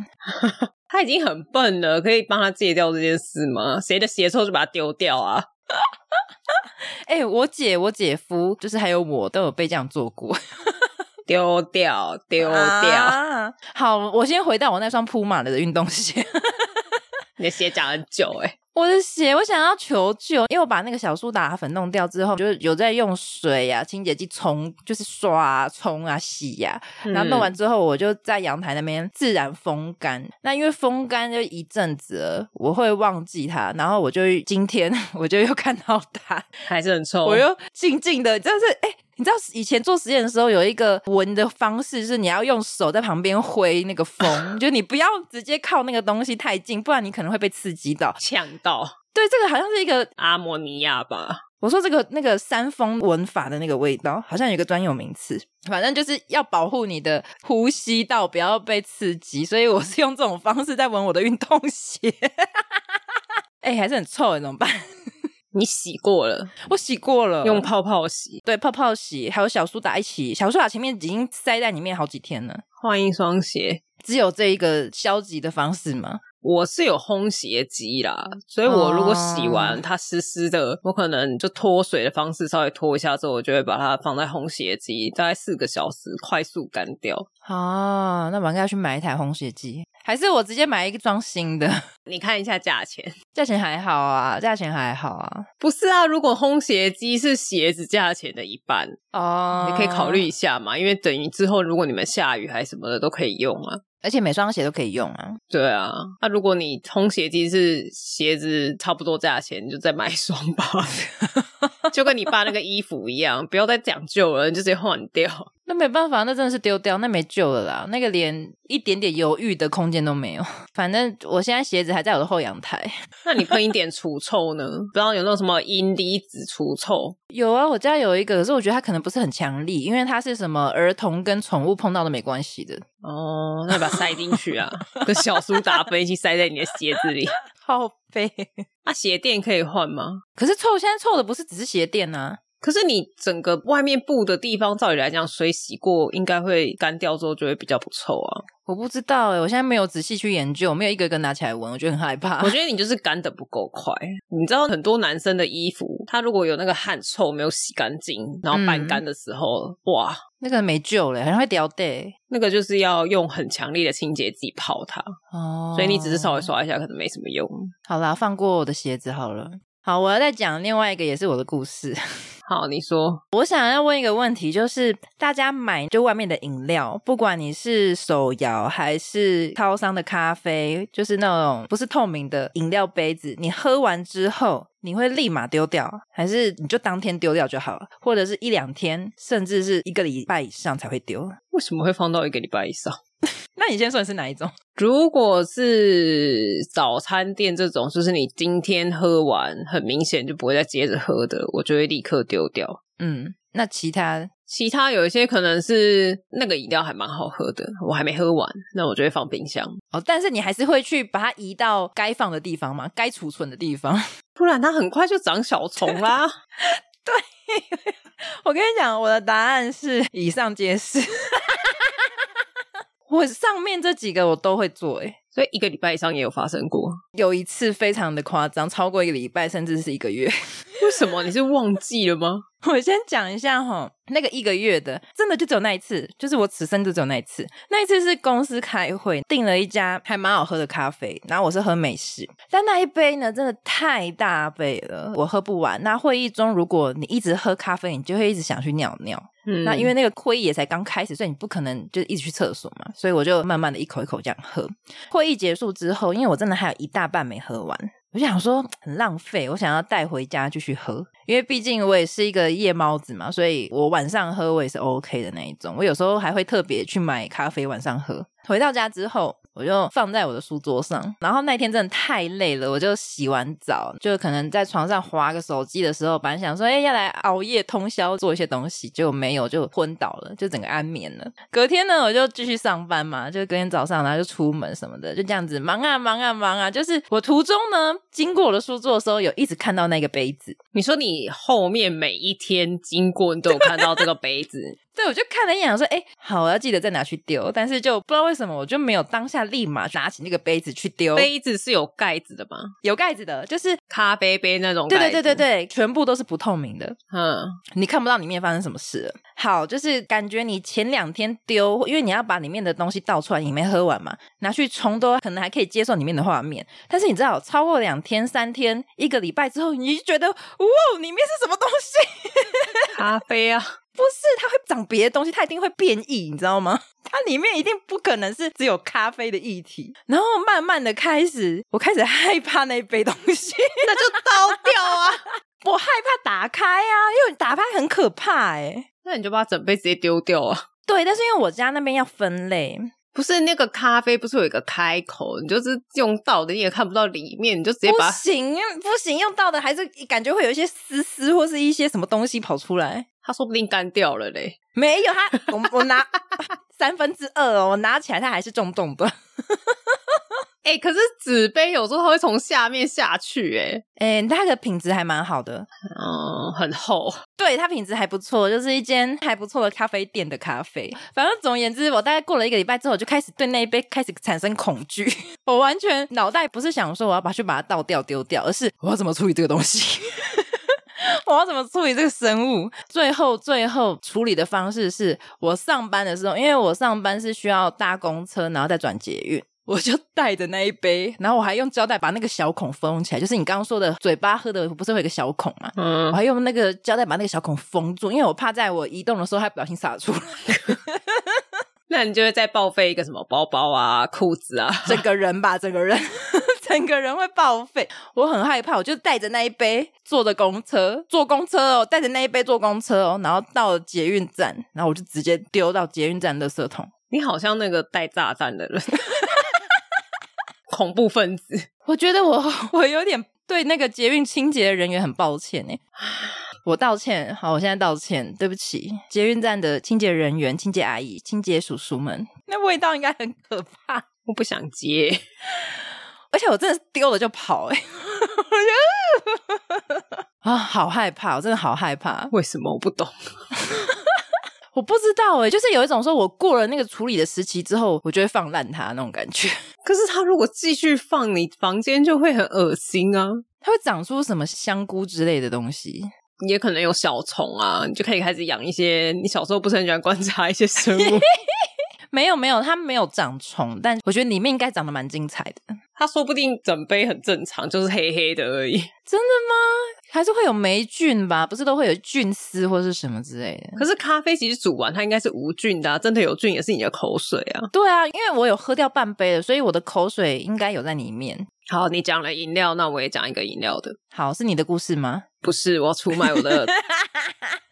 S1: 他已经很笨了，可以帮他戒掉这件事吗？谁的鞋臭就把它丢掉啊！
S2: 哎、我姐、我姐夫，就是还有我都有被这样做过，
S1: 丢掉，丢掉！
S2: 啊好，我先回到我那双铺马的运动鞋， [LAUGHS]
S1: 你的鞋讲很久哎、
S2: 我的鞋，我想要求救，因为我把那个小苏打粉弄掉之后，就是有在用水啊、清洁剂冲，就是刷啊、冲啊、洗呀、
S1: 嗯
S2: 然后弄完之后，我就在阳台那边自然风干。那因为风干就一阵子了，我会忘记它，然后我就今天 [LAUGHS] 我就又看到它，
S1: 还是很臭。
S2: [LAUGHS] 我又静静的，就是哎。你知道以前做实验的时候有一个闻的方式，是你要用手在旁边挥那个风， [LAUGHS] 就你不要直接靠那个东西太近，不然你可能会被刺激到。
S1: 呛到
S2: 对，这个好像是一个
S1: 阿摩尼亚吧？
S2: 我说这个那个山峰文法的那个味道，好像有一个专有名词，反正就是要保护你的呼吸道不要被刺激，所以我是用这种 [LAUGHS] 欸方式在闻我的运动鞋。哎、还是很臭，怎么办？
S1: 你洗过了，
S2: 我洗过了，
S1: 用泡泡洗，
S2: 对泡泡洗，还有小苏打一起，小苏打前面已经塞在里面好几天了。
S1: 换一双鞋。
S2: 只有这一个消极的方式吗？
S1: 我是有烘鞋机啦，所以我如果洗完
S2: 嗯哦
S1: 它湿湿的，我可能就脱水的方式稍微脱一下之后，我就会把它放在烘鞋机，大概四个小时快速干掉。
S2: 啊，那我应该去买一台烘鞋机，还是我直接买一装新的？ [LAUGHS]
S1: 你看一下价钱， [LAUGHS]
S2: 价钱还好啊，价钱还好啊。
S1: 不是啊？如果烘鞋机是鞋子价钱的一半，
S2: 哦
S1: 你可以考虑，一下嘛，因为等于之后如果你们下雨还什么的都可以用啊。
S2: 而且每双鞋都可以用啊。
S1: 对啊，那、如果你烘鞋机是鞋子差不多价钱，你就再买一双吧，就跟你爸那个衣服一样，不要再讲究了，你就直接换掉。
S2: 那没办法，那真的是丢掉，那没救了啦，那个连一点点犹豫的空间都没有。 [LAUGHS] 反正我现在鞋子还在我的后阳台。
S1: 那你喷一点除臭呢？不知道有那种什么阴离子除臭，
S2: 有啊，我家有一个，可是我觉得它可能不是很强力，因为它是什么儿童跟宠物碰到都没关系的。 [LAUGHS]
S1: 哦，那你把它塞进去啊，跟小苏打粉一起塞在你的鞋子里。
S2: 好悲。
S1: 那、鞋垫可以换吗？
S2: 可是臭，现在臭的不是只是鞋垫啊，
S1: 可是你整个外面布的地方，照理来讲，水洗过应该会干掉之后就会比较不臭啊。
S2: 我不知道哎、我现在没有仔细去研究，没有一个一个拿起来闻，我觉得很害怕
S1: 我。觉得你就是干的不够快。你知道很多男生的衣服，他如果有那个汗臭没有洗干净，然后半干的时候，哇，
S2: [LAUGHS] 那个没救了，很会掉带
S1: 那个就是要用很强力的清洁剂泡它。
S2: 哦。
S1: 所以你只是稍微刷一下，可能没什么用。
S2: 好啦，放过我的鞋子好了。好，我要再讲另外一个也是我的故事。
S1: 好，你说
S2: 我想要问一个问题，就是大家买就外面的饮料，不管你是手摇还是超商的咖啡，就是那种不是透明的饮料杯子，你喝完之后你会立马丢掉，还是你就当天丢掉就好了，或者是一两天，甚至是一个礼拜以上才会丢？
S1: 为什么会放到一个礼拜以上？
S2: 那你先说你是哪一种？
S1: 如果是早餐店这种，就是你今天喝完，很明显就不会再接着喝的，我就会立刻丢掉。
S2: 嗯，那其他
S1: 其他有一些可能是那个饮料还蛮好喝的，我还没喝完，那我就会放冰箱。
S2: 哦，但是你还是会去把它移到该放的地方嘛，该储存的地方。
S1: 不然它很快就长小虫啦。 [LAUGHS]
S2: 我跟你讲，我的答案是以上皆是。 [LAUGHS] 我上面这几个我都会做、欸，
S1: 所以一个礼拜以上也有发生过。
S2: 有一次非常的夸张，超过一个礼拜甚至是一个月。 [LAUGHS]
S1: 为什么？你是忘记了吗？
S2: 我先讲一下哈，那个一个月的，真的就只有那一次，就是我此生就只有那一次。那一次是公司开会，订了一家还蛮好喝的咖啡，然后我是喝美式，但那一杯呢真的太大杯了，我喝不完。那会议中，如果你一直喝咖啡，你就会一直想去尿尿。
S1: 嗯
S2: 那因为那个会议也才刚开始，所以你不可能就一直去厕所嘛，所以我就慢慢的一口一口这样喝。会议结束之后，因为我真的还有一大半没喝完，我就想说很浪费，我想要带回家继续喝，因为毕竟我也是一个夜猫子嘛，所以我晚上喝我也是 OK 的那一种。我有时候还会特别去买咖啡晚上喝。回到家之后，我就放在我的书桌上。然后那天真的太累了，我就洗完澡，就可能在床上划个手机的时候，本来想说，哎、要来熬夜通宵做一些东西，结果没有，就昏倒了，就整个安眠了。隔天呢，我就继续上班嘛，就隔天早上，然后就出门什么的，就这样子忙啊忙啊忙啊。就是我途中呢，经过我的书桌的时候，有一直看到那个杯子，
S1: 你说你后面每一天经过，你都有看到这个杯子，
S2: 对，我就看了一眼，我说：“哎、好，我要记得再拿去丢。”但是就不知道为什么，我就没有当下立马拿起那个杯子去丢。
S1: 杯子是有盖子的吗？
S2: 有盖子的，就是
S1: 咖啡杯那种
S2: 对
S1: 盖
S2: 对
S1: 子？
S2: 对对对，全部都是不透明的，
S1: 嗯，
S2: 你看不到里面发生什么事了。好，就是感觉你前两天丢，因为你要把里面的东西倒出来，你没喝完嘛，拿去冲都可能还可以接受里面的画面。但是你知道，超过两天、三天、一个礼拜之后，你就觉得哇，里面是什么东西？ [LAUGHS]
S1: 咖啡啊，
S2: 不是，它会长别的东西，它一定会变异，你知道吗？ [LAUGHS] 它里面一定不可能是只有咖啡的液体。然后慢慢的开始，我开始害怕那一杯东西， [LAUGHS]
S1: 那就倒掉啊。
S2: 我害怕打开啊，因为打开很可怕哎、
S1: 那你就把整杯直接丢掉啊。
S2: 对，但是因为我家那边要分类，
S1: 不是那个咖啡，不是有一个开口，你就是用倒的，你也看不到里面，你就直接
S2: 不
S1: 把它
S2: 行，不行，用到的还是感觉会有一些丝丝或是一些什么东西跑出来。
S1: 它说不定干掉了嘞。
S2: 没有它， [LAUGHS] 我我拿三分之二哦，我拿起来它还是重重的。
S1: 哎、可是纸杯有时候它会从下面下去、哎，
S2: 哎、它的品质还蛮好的，
S1: 嗯，很厚。
S2: 对，它品质还不错，就是一间还不错的咖啡店的咖啡。反正总而言之，我大概过了一个礼拜之后，我就开始对那一杯开始产生恐惧。 [LAUGHS] 我完全脑袋不是想说我要把去把它倒掉丢掉，而是我要怎么处理这个东西。 [LAUGHS] 我要怎么处理这个生物？最后，最后处理的方式是我上班的时候，因为我上班是需要搭公车，然后再转捷运，我就带着那一杯，然后我还用胶带把那个小孔封起来，就是你刚刚说的嘴巴喝的不是会有个小孔嘛？
S1: 嗯
S2: 我，还用那个胶带把那个小孔封住，因为我怕在我移动的时候它不小心洒出来，
S1: 那你就会再报废一个什么包包啊、裤子啊。
S2: 整个人吧，整个人， [LAUGHS] 整个人会报废。我很害怕，我就带着那一杯坐着公车，坐公车哦，带着那一杯坐公车哦，然后到了捷运站，然后我就直接丢到捷运站垃圾桶。
S1: 你好像那个带炸弹的人， [LAUGHS] 恐怖分子。
S2: 我觉得我 [LAUGHS] 我有点对那个捷运清洁人员很抱歉哎，我道歉，好，我现在道歉，对不起，捷运站的清洁人员、清洁阿姨、清洁叔叔们，那味道应该很可怕。
S1: 我不想接，
S2: 而且我真的是丢了就跑、欸， [LAUGHS] 哎，我觉得啊，好害怕，我真的好害怕。
S1: 为什么我不懂？
S2: 我不知道哎、就是有一种说我过了那个处理的时期之后，我就会放烂它那种感觉。 [LAUGHS]
S1: 可是他如果继续放，你房间就会很恶心啊，
S2: 它会长出什么香菇之类的东西？
S1: 也可能有小虫啊，你就可以开始养一些。你小时候不是很喜欢观察一些生物？
S2: 没有没有，它没有长虫，但我觉得里面应该长得蛮精彩的。
S1: 他说不定整杯很正常，就是黑黑的而已。
S2: 真的吗？还是会有霉菌吧？不是都会有菌丝或是什么之类的？
S1: 可是咖啡其实煮完它应该是无菌的、啊，真的有菌也是你的口水啊。
S2: 对啊，因为我有喝掉半杯了，所以我的口水应该有在里面。
S1: 好，你讲了饮料，那我也讲一个饮料的。
S2: 好，是你的故事吗？ [LAUGHS]
S1: 不是，我要出卖我的，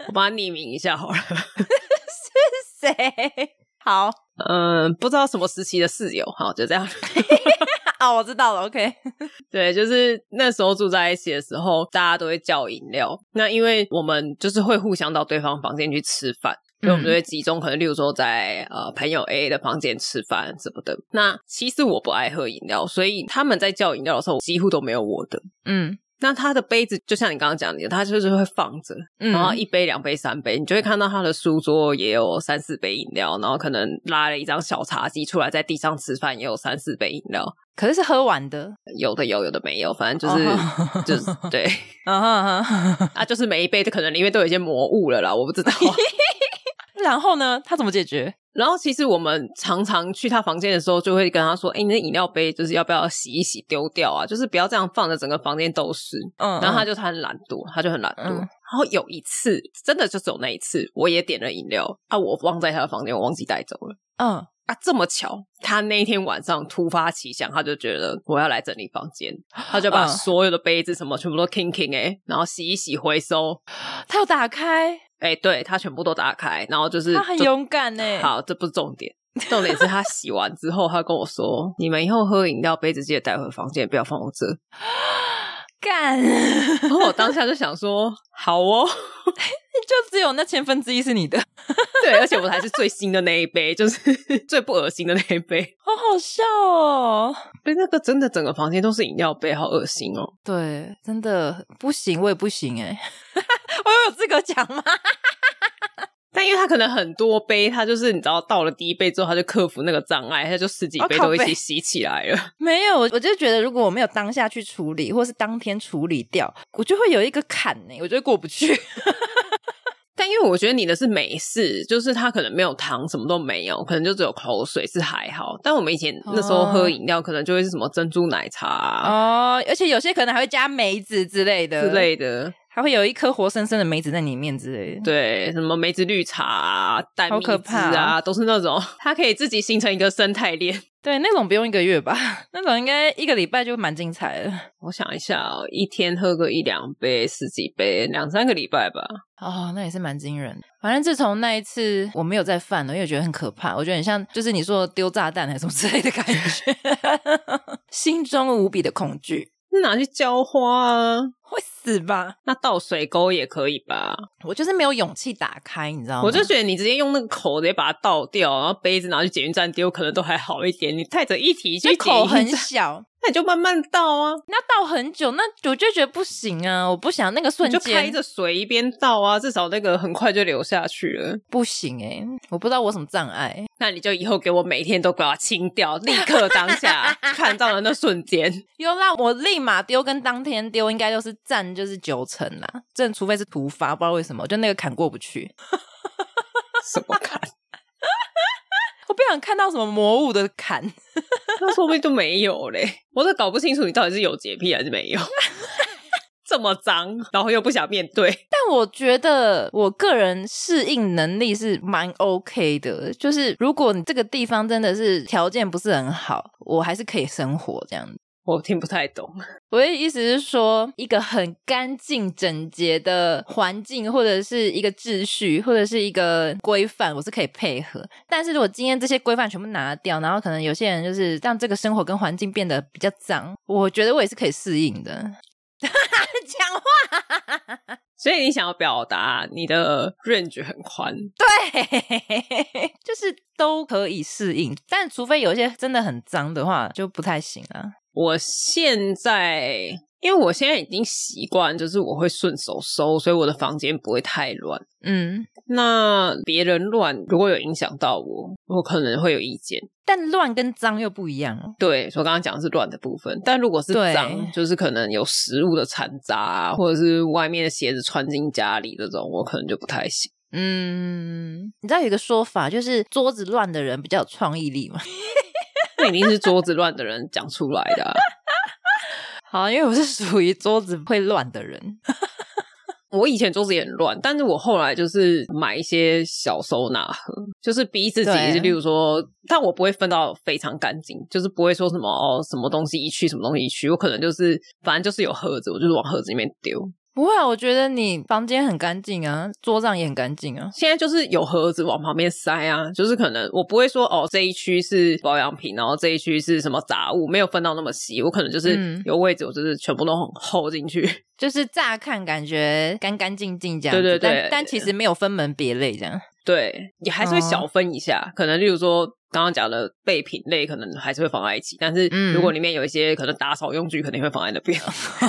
S1: 我帮他匿名一下好了。 [LAUGHS]
S2: 是谁？好，
S1: 嗯，不知道什么时期的室友，好，就这样。 [LAUGHS]
S2: 啊，我知道了，OK。
S1: 对，就是那时候住在一起的时候，大家都会叫饮料。那因为我们就是会互相到对方房间去吃饭。所以我们就会集中，可能例如说在呃朋友 A 的房间吃饭什么的。那其实我不爱喝饮料，所以他们在叫饮料的时候，几乎都没有我的。
S2: 嗯
S1: 那他的杯子就像你刚刚讲的，他就是会放着，
S2: [LAUGHS] 嗯
S1: 然后一杯、两杯、三杯，你就会看到他的书桌也有三四杯饮料，然后可能拉了一张小茶几出来，在地上吃饭也有三四杯饮料，
S2: 可是是喝完的，
S1: 有的有，有的没有，反正就是、
S2: 哦 [LAUGHS]
S1: 就是对
S2: 啊哈哈哈
S1: 啊，就是每一杯就可能里面都有一些魔物了啦，我不知道。
S2: [LAUGHS] 然后呢？他怎么解决？
S1: 然后其实我们常常去他房间的时候，就会跟他说：“哎、你的饮料杯就是要不要洗一洗丢掉啊？就是不要这样放着整个房间都是。”
S2: 嗯
S1: 然后他就他很懒惰，他就很懒惰。
S2: 嗯
S1: 然后有一次，真的就只有那一次，我也点了饮料啊，我忘在他的房间，我忘记带走了
S2: 嗯
S1: 啊。这么巧，他那一天晚上突发奇想，他就觉得我要来整理房间，他就把
S2: 嗯
S1: 所有的杯子什么全部都 king king 哎、然后洗一洗回收，
S2: 嗯，他有打开，
S1: 哎、对他全部都打开，然后就是
S2: 他很
S1: 就
S2: 勇敢欸呢。，
S1: 好，这不是重点。重点是他洗完之后，他跟我说：“你们以后喝饮料杯子记得带回房间，不要放我这。”
S2: 干， [LAUGHS] 就
S1: 然后我当下就想说：“好哦。” [LAUGHS]
S2: 只有那千分之一是你的，
S1: 对，而且我还是最新的那一杯，就是 [LAUGHS] 最不恶心的那一杯。 [LAUGHS]
S2: 好好笑哦。
S1: 对，那个真的整个房间都是饮料杯，好恶心哦！
S2: 对，真的不行，我也不行 [LAUGHS] 哎，我有资格讲吗？
S1: 但因为他可能很多杯，他就是你知道，倒了第一杯之后，他就克服那个障碍，他就十几
S2: 哦
S1: 杯
S2: 靠
S1: 都一
S2: 背
S1: 起洗起来
S2: [LAUGHS]
S1: 了。
S2: 没有，我我就觉得如果我没有当下去处理，或是当天处理掉，我就会有一个坎呢，我就会过不去。
S1: 但因为我觉得你的是美式，就是它可能没有糖，什么都没有，可能就只有口水是还好。但我们以前那时候喝饮料，可能就会是什么珍珠奶茶、啊
S2: 哦，而且有些可能还会加梅子之类的
S1: 之类的，
S2: 还会有一颗活生生的梅子在里面之类的。
S1: 对，什么梅子绿茶、啊、蛋
S2: 好
S1: 蜜
S2: 可
S1: 汁
S2: 怕
S1: 啊，都是那种它可以自己形成一个生态链。 [LAUGHS]
S2: 对，那种不用一个月吧， [LAUGHS] 那种应该一个礼拜就蛮精彩了。
S1: 我想一下哦，一天喝个一两杯、十几杯，两三个礼拜吧。
S2: 哦，那也是蛮惊人的。反正自从那一次，我没有再犯了，因为我觉得很可怕。我觉得很像，就是你说的丢炸弹还是什么之类的感 [LAUGHS] 觉，心中无比的恐惧，
S1: 拿去浇花啊，
S2: 会死死吧！
S1: 那倒水沟也可以吧？
S2: 我就是没有勇气打开，你知道吗？
S1: 我就觉得你直接用那个口直接把它倒掉，然后杯子拿去检运站丢，可能都还好一点。你带着一体去
S2: 那口
S1: 检运
S2: 很
S1: 站，
S2: 小，
S1: 那你就慢慢倒啊，
S2: 那倒很久，那我就觉得不行啊！我不想那个瞬
S1: 你就
S2: 间
S1: 开着水一边倒啊，至少那个很快就流下去了。
S2: 不行哎、我不知道我有什么障碍。欸
S1: 那你就以后给我每天都把它清掉，立刻当
S2: [LAUGHS]
S1: 下看到的那瞬间，
S2: 有啦，我立马丢跟当天丢应该都是占就是九成啦，这除非是突发，不知道为什么，就那个坎过不去。
S1: 什么看？
S2: 我不想看到什么魔物的坎，
S1: 那说不定就没有嘞。我都搞不清楚你到底是有洁癖还是
S2: [LAUGHS]
S1: 没有，这么脏，然后又不想面对。
S2: 但我觉得我个人适应能力是蛮 OK 的，就是如果你这个地方真的是条件不是很好，我还是可以生活这样子。
S1: 我听不太懂，
S2: 我的意思是说，一个很干净整洁的环境，或者是一个秩序，或者是一个规范，我是可以配合。但是如果今天这些规范全部拿掉，然后可能有些人就是让这个生活跟环境变得比较脏，我觉得我也是可以适应的。 [LAUGHS] 讲话 [LAUGHS]
S1: 所以你想要表达你的 range 很宽，
S2: 对，就是都可以适应，但除非有一些真的很脏的话，就不太行啊。
S1: 我现在，因为我现在已经习惯，就是我会顺手收，所以我的房间不会太乱。
S2: 嗯，
S1: 那别人乱，如果有影响到我，我可能会有意见。
S2: 但乱跟脏又不一样哦。
S1: 对，所以我刚刚讲的是乱的部分，但如果是
S2: 对
S1: 脏，就是可能有食物的残渣、啊，或者是外面的鞋子穿进家里这种，我可能就不太行。
S2: 嗯，你知道有一个说法，就是桌子乱的人比较有创意 [LAUGHS] 力嘛。
S1: 那一定是桌子乱的人讲出来的啊、
S2: 好，因为我是属于桌子会乱的人。
S1: 我以前桌子也很乱，但是我后来就是买一些小收纳盒，就是逼自己，
S2: 对
S1: 例如说，但我不会分到非常干净，就是不会说什么哦什么东西一去什么东西一去，我可能就是反正就是有盒子，我就是往盒子里面丢。
S2: 不会啊，我觉得你房间很干净啊，桌上也很干净啊。
S1: 现在就是有盒子往旁边塞啊，就是可能我不会说哦这一区是保养品，然后这一区是什么杂物，没有分到那么细，我可能就是
S2: 嗯
S1: 有位置，我就是全部都很厚进去。
S2: 就是乍看感觉干干净净这样子，
S1: 对对对
S2: 但但其实没有分门别类这样。
S1: 对，也还是会
S2: 哦
S1: 小分一下，可能例如说刚刚讲的备品类，可能还是会放在一起，但是
S2: 嗯
S1: 如果里面有一些可能打扫用具，肯定会放在那
S2: [LAUGHS]
S1: 边，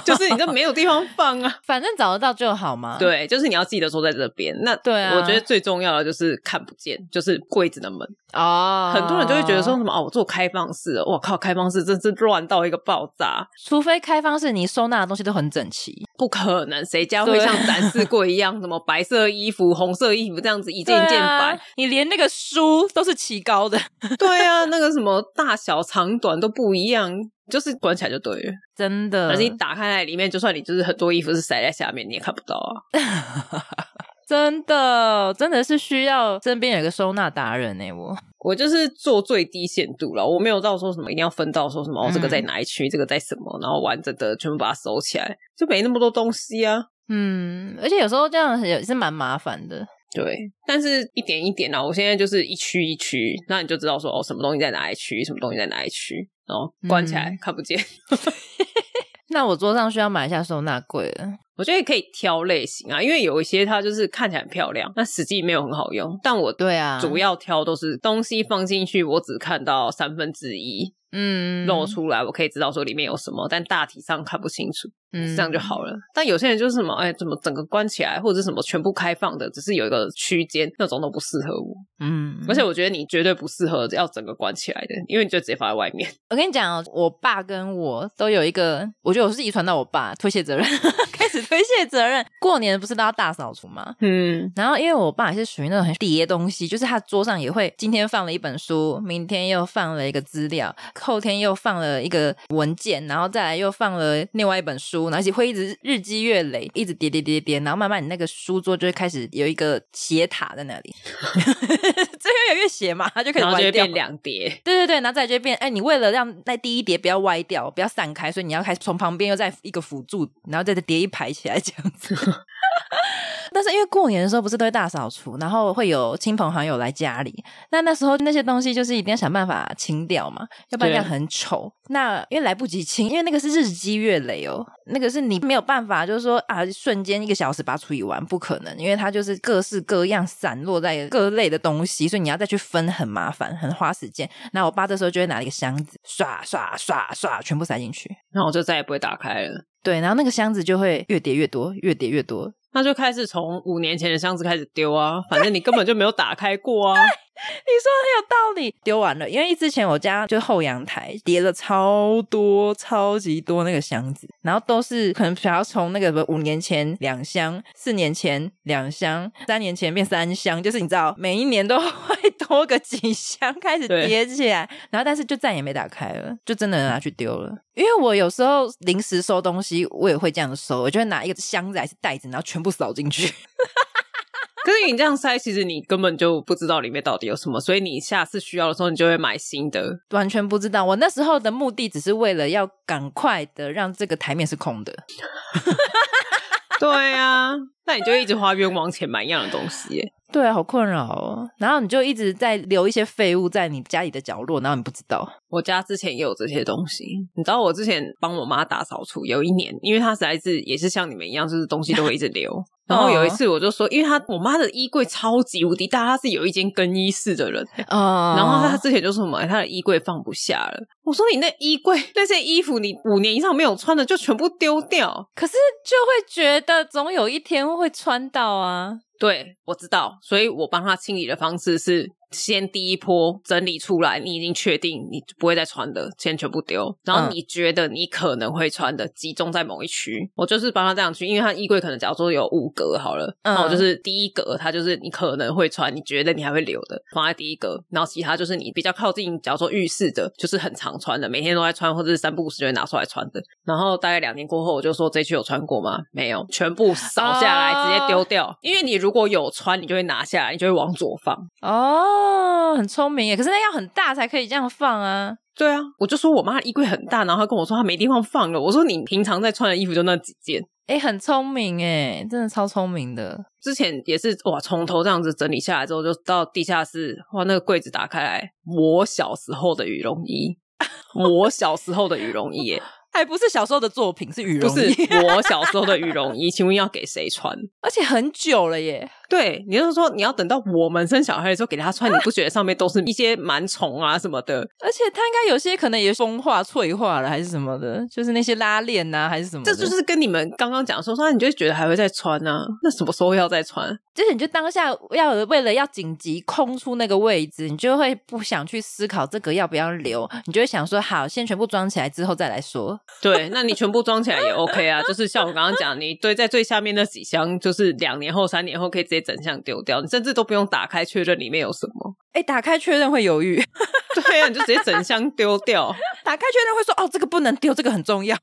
S1: 就是你这没有地方放啊。
S2: 反正找得到就好嘛。，
S1: 对，就是你要记得说在这边。那
S2: 对啊
S1: 我觉得最重要的就是看不见，就是柜子的门。
S2: 哦，
S1: 很多人就会觉得说什么哦，我做开放式了，我靠，开放式真是乱到一个爆炸，
S2: 除非开放式，你收纳的东西都很整齐。
S1: 不可能，谁家会
S2: 对啊
S1: 像展示柜一样，什么白色衣服、红色衣服这样子一件一件摆？
S2: 对啊你连那个书都是齐高的， [LAUGHS]
S1: [LAUGHS] 对啊，那个什么大小长短都不一样，就是关起来就对了。
S2: 真的。
S1: 而且你打开来里面，就算你就是很多衣服是塞在下面，你也看不到啊。
S2: 真的真的是需要身边有一个收纳达人呢、我
S1: 我就是做最低限度了，我没有到说什么一定要分到说什么哦，这个在哪一区，这个在什么，然后完整的全部把它收起来，就没那么多东西啊。
S2: 嗯，而且有时候这样也是蛮麻烦的。
S1: 对，但是一点一点啊，我现在就是一区一区，那你就知道说哦，什么东西在哪一区，什么东西在哪一区，然后关起来、
S2: 嗯
S1: 看不见。
S2: 那我桌上需要买一下收纳柜了。
S1: 我觉得也可以挑类型啊，因为有一些它就是看起来很漂亮，但实际没有很好用。但我
S2: 对啊，
S1: 主要挑都是东西放进去，我只看到三分之一
S2: 嗯
S1: 露出来，我可以知道说里面有什么，但大体上看不清楚，
S2: 嗯
S1: 这样就好了。但有些人就是什么，哎，怎么整个关起来，或者是什么全部开放的，只是有一个区间，那种都不适合我。
S2: 嗯，
S1: 而且我觉得你绝对不适合要整个关起来的，因为你就直接放在外面。
S2: 我跟你讲哦，我爸跟我都有一个，我觉得我是遗传到我爸推卸责任， [LAUGHS] 开始推卸责任。过年不是都要大扫除吗？
S1: 嗯，
S2: 然后因为我爸也是属于那种很叠东西，就是他桌上也会今天放了一本书，明天又放了一个资料，后天又放了一个文件，然后再来又放了另外一本书，然后而且会一直日积月累，一直叠叠叠叠，然后慢慢你那个书桌就会开始有一个斜塔在
S1: [LAUGHS]
S2: 那里，这越来越斜嘛，它就可以
S1: 然后就
S2: 歪
S1: 会
S2: 掉
S1: 变。两叠。
S2: 对对对，然后再来就会变，哎，你为了让那第一叠不要歪掉，不要散开，所以你要开始从旁边又再一个辅助，然后再叠一排起来这样子。但是因为过年的时候不是都会大扫除，然后会有亲朋好友来家里，那那时候那些东西就是一定要想办法清掉嘛，要不然这样
S1: 对
S2: 很丑。那因为来不及清，因为那个是日积月累哦，那个是你没有办法，就是说啊，瞬间一个小时把它处理完不可能，因为它就是各式各样散落在各类的东西，所以你要再去分很麻烦，很花时间。那我爸这时候就会拿一个箱子，刷刷刷刷，全部塞进去。
S1: 然后我就再也不会打开了。
S2: 对，然后那个箱子就会越叠越多，越叠越多，
S1: 那就开始从五年前的箱子开始丢啊，反正你根本就没有打开过啊。
S2: 你说的很有道理，丢完了，因为之前我家就后阳台叠了超多、超级多那个箱子，然后都是可能想要从那个什么五年前两箱，四年前两箱，三年前变三箱，就是你知道每一年都 [LAUGHS] 会多个几箱开始
S1: 对
S2: 叠起来，然后但是就再也没打开了，就真的拿去丢了。因为我有时候临时收东西，我也会这样收，我就会拿一个箱子还是袋子，然后全部扫进去。
S1: 可是你这样塞，其实你根本就不知道里面到底有什么，所以你下次需要的时候，你就会买新的。
S2: 完全不知道。我那时候的目的只是为了要赶快的让这个台面是空的。
S1: 对啊，那你就一直花冤枉钱买一样的东西耶。
S2: 对啊，好困扰哦。然后你就一直在留一些废物在你家里的角落，然后你不知道。
S1: 我家之前也有这些东西，你知道我之前帮我妈打扫除，有一年，因为她实在是也是像你们一样，就是东西都会一直流。然后有一次我就说，因为她我妈的衣柜超级无敌大，她是有一间更衣室的人，
S2: 哦
S1: 然后她之前就说什么、哎她的衣柜放不下了。我说你那衣柜那些衣服，你五年以上没有穿的就全部丢掉。
S2: 可是就会觉得总有一天会穿到啊。
S1: 对，我知道，所以我帮她清理的方式是。先第一波整理出来，你已经确定你不会再穿的，先全部丢。然后
S2: 嗯
S1: 你觉得你可能会穿的，集中在某一区。我就是帮她这样去，因为她衣柜可能假如说有五格好了，
S2: 嗯
S1: 那我就是第一格，它就是你可能会穿，你觉得你还会留的，放在第一格。然后其他就是你比较靠近，假如说浴室的，就是很常穿的，每天都在穿，或者是三不五时就会拿出来穿的。然后大概两年过后，我就说这区有穿过吗？没有，全部扫下来，
S2: 哦
S1: 直接丢掉。因为你如果有穿，你就会拿下来，你就会往左放。
S2: 哦，很聪明耶。可是那要很大才可以这样放啊。
S1: 对啊，我就说我妈的衣柜很大，然后她跟我说她没地方放了。我说你平常在穿的衣服就那几件。
S2: 哎，很聪明哎，真的超聪明的。
S1: 之前也是哇，从头这样子整理下来之后，就到地下室哇，那个柜子打开来，我小时候的羽绒衣，我小时候的羽绒衣耶，
S2: 还不是小时候的作品，是羽
S1: 不
S2: 绒
S1: 是
S2: 衣， [LAUGHS]
S1: 我小时候的羽绒衣，请问要给谁穿？
S2: 而且很久了耶。
S1: 对，你就是说你要等到我们生小孩的时候给他穿，你不觉得上面都是一些螨虫啊什么的？
S2: 而且它应该有些可能也风化、脆化了，还是什么的，就是那些拉链呐、还是什么的。
S1: 这就是跟你们刚刚讲说，说你就会觉得还会再穿啊，那什么时候要再穿？
S2: 就是你就当下要有为了要紧急空出那个位置，你就会不想去思考这个要不要留，你就会想说好，先全部装起来之后再来说。
S1: 对，那你全部装起来也 OK 啊，就是像我刚刚讲，你堆在最下面那几箱，就是两年后、三年后可以直接整箱丢掉，你甚至都不用打开确认里面有什么。
S2: 哎，打开确认会犹 [LAUGHS] 豫，
S1: 对啊，你就直接整箱丢掉。
S2: 打开确认会说哦，这个不能丢，这个很重要。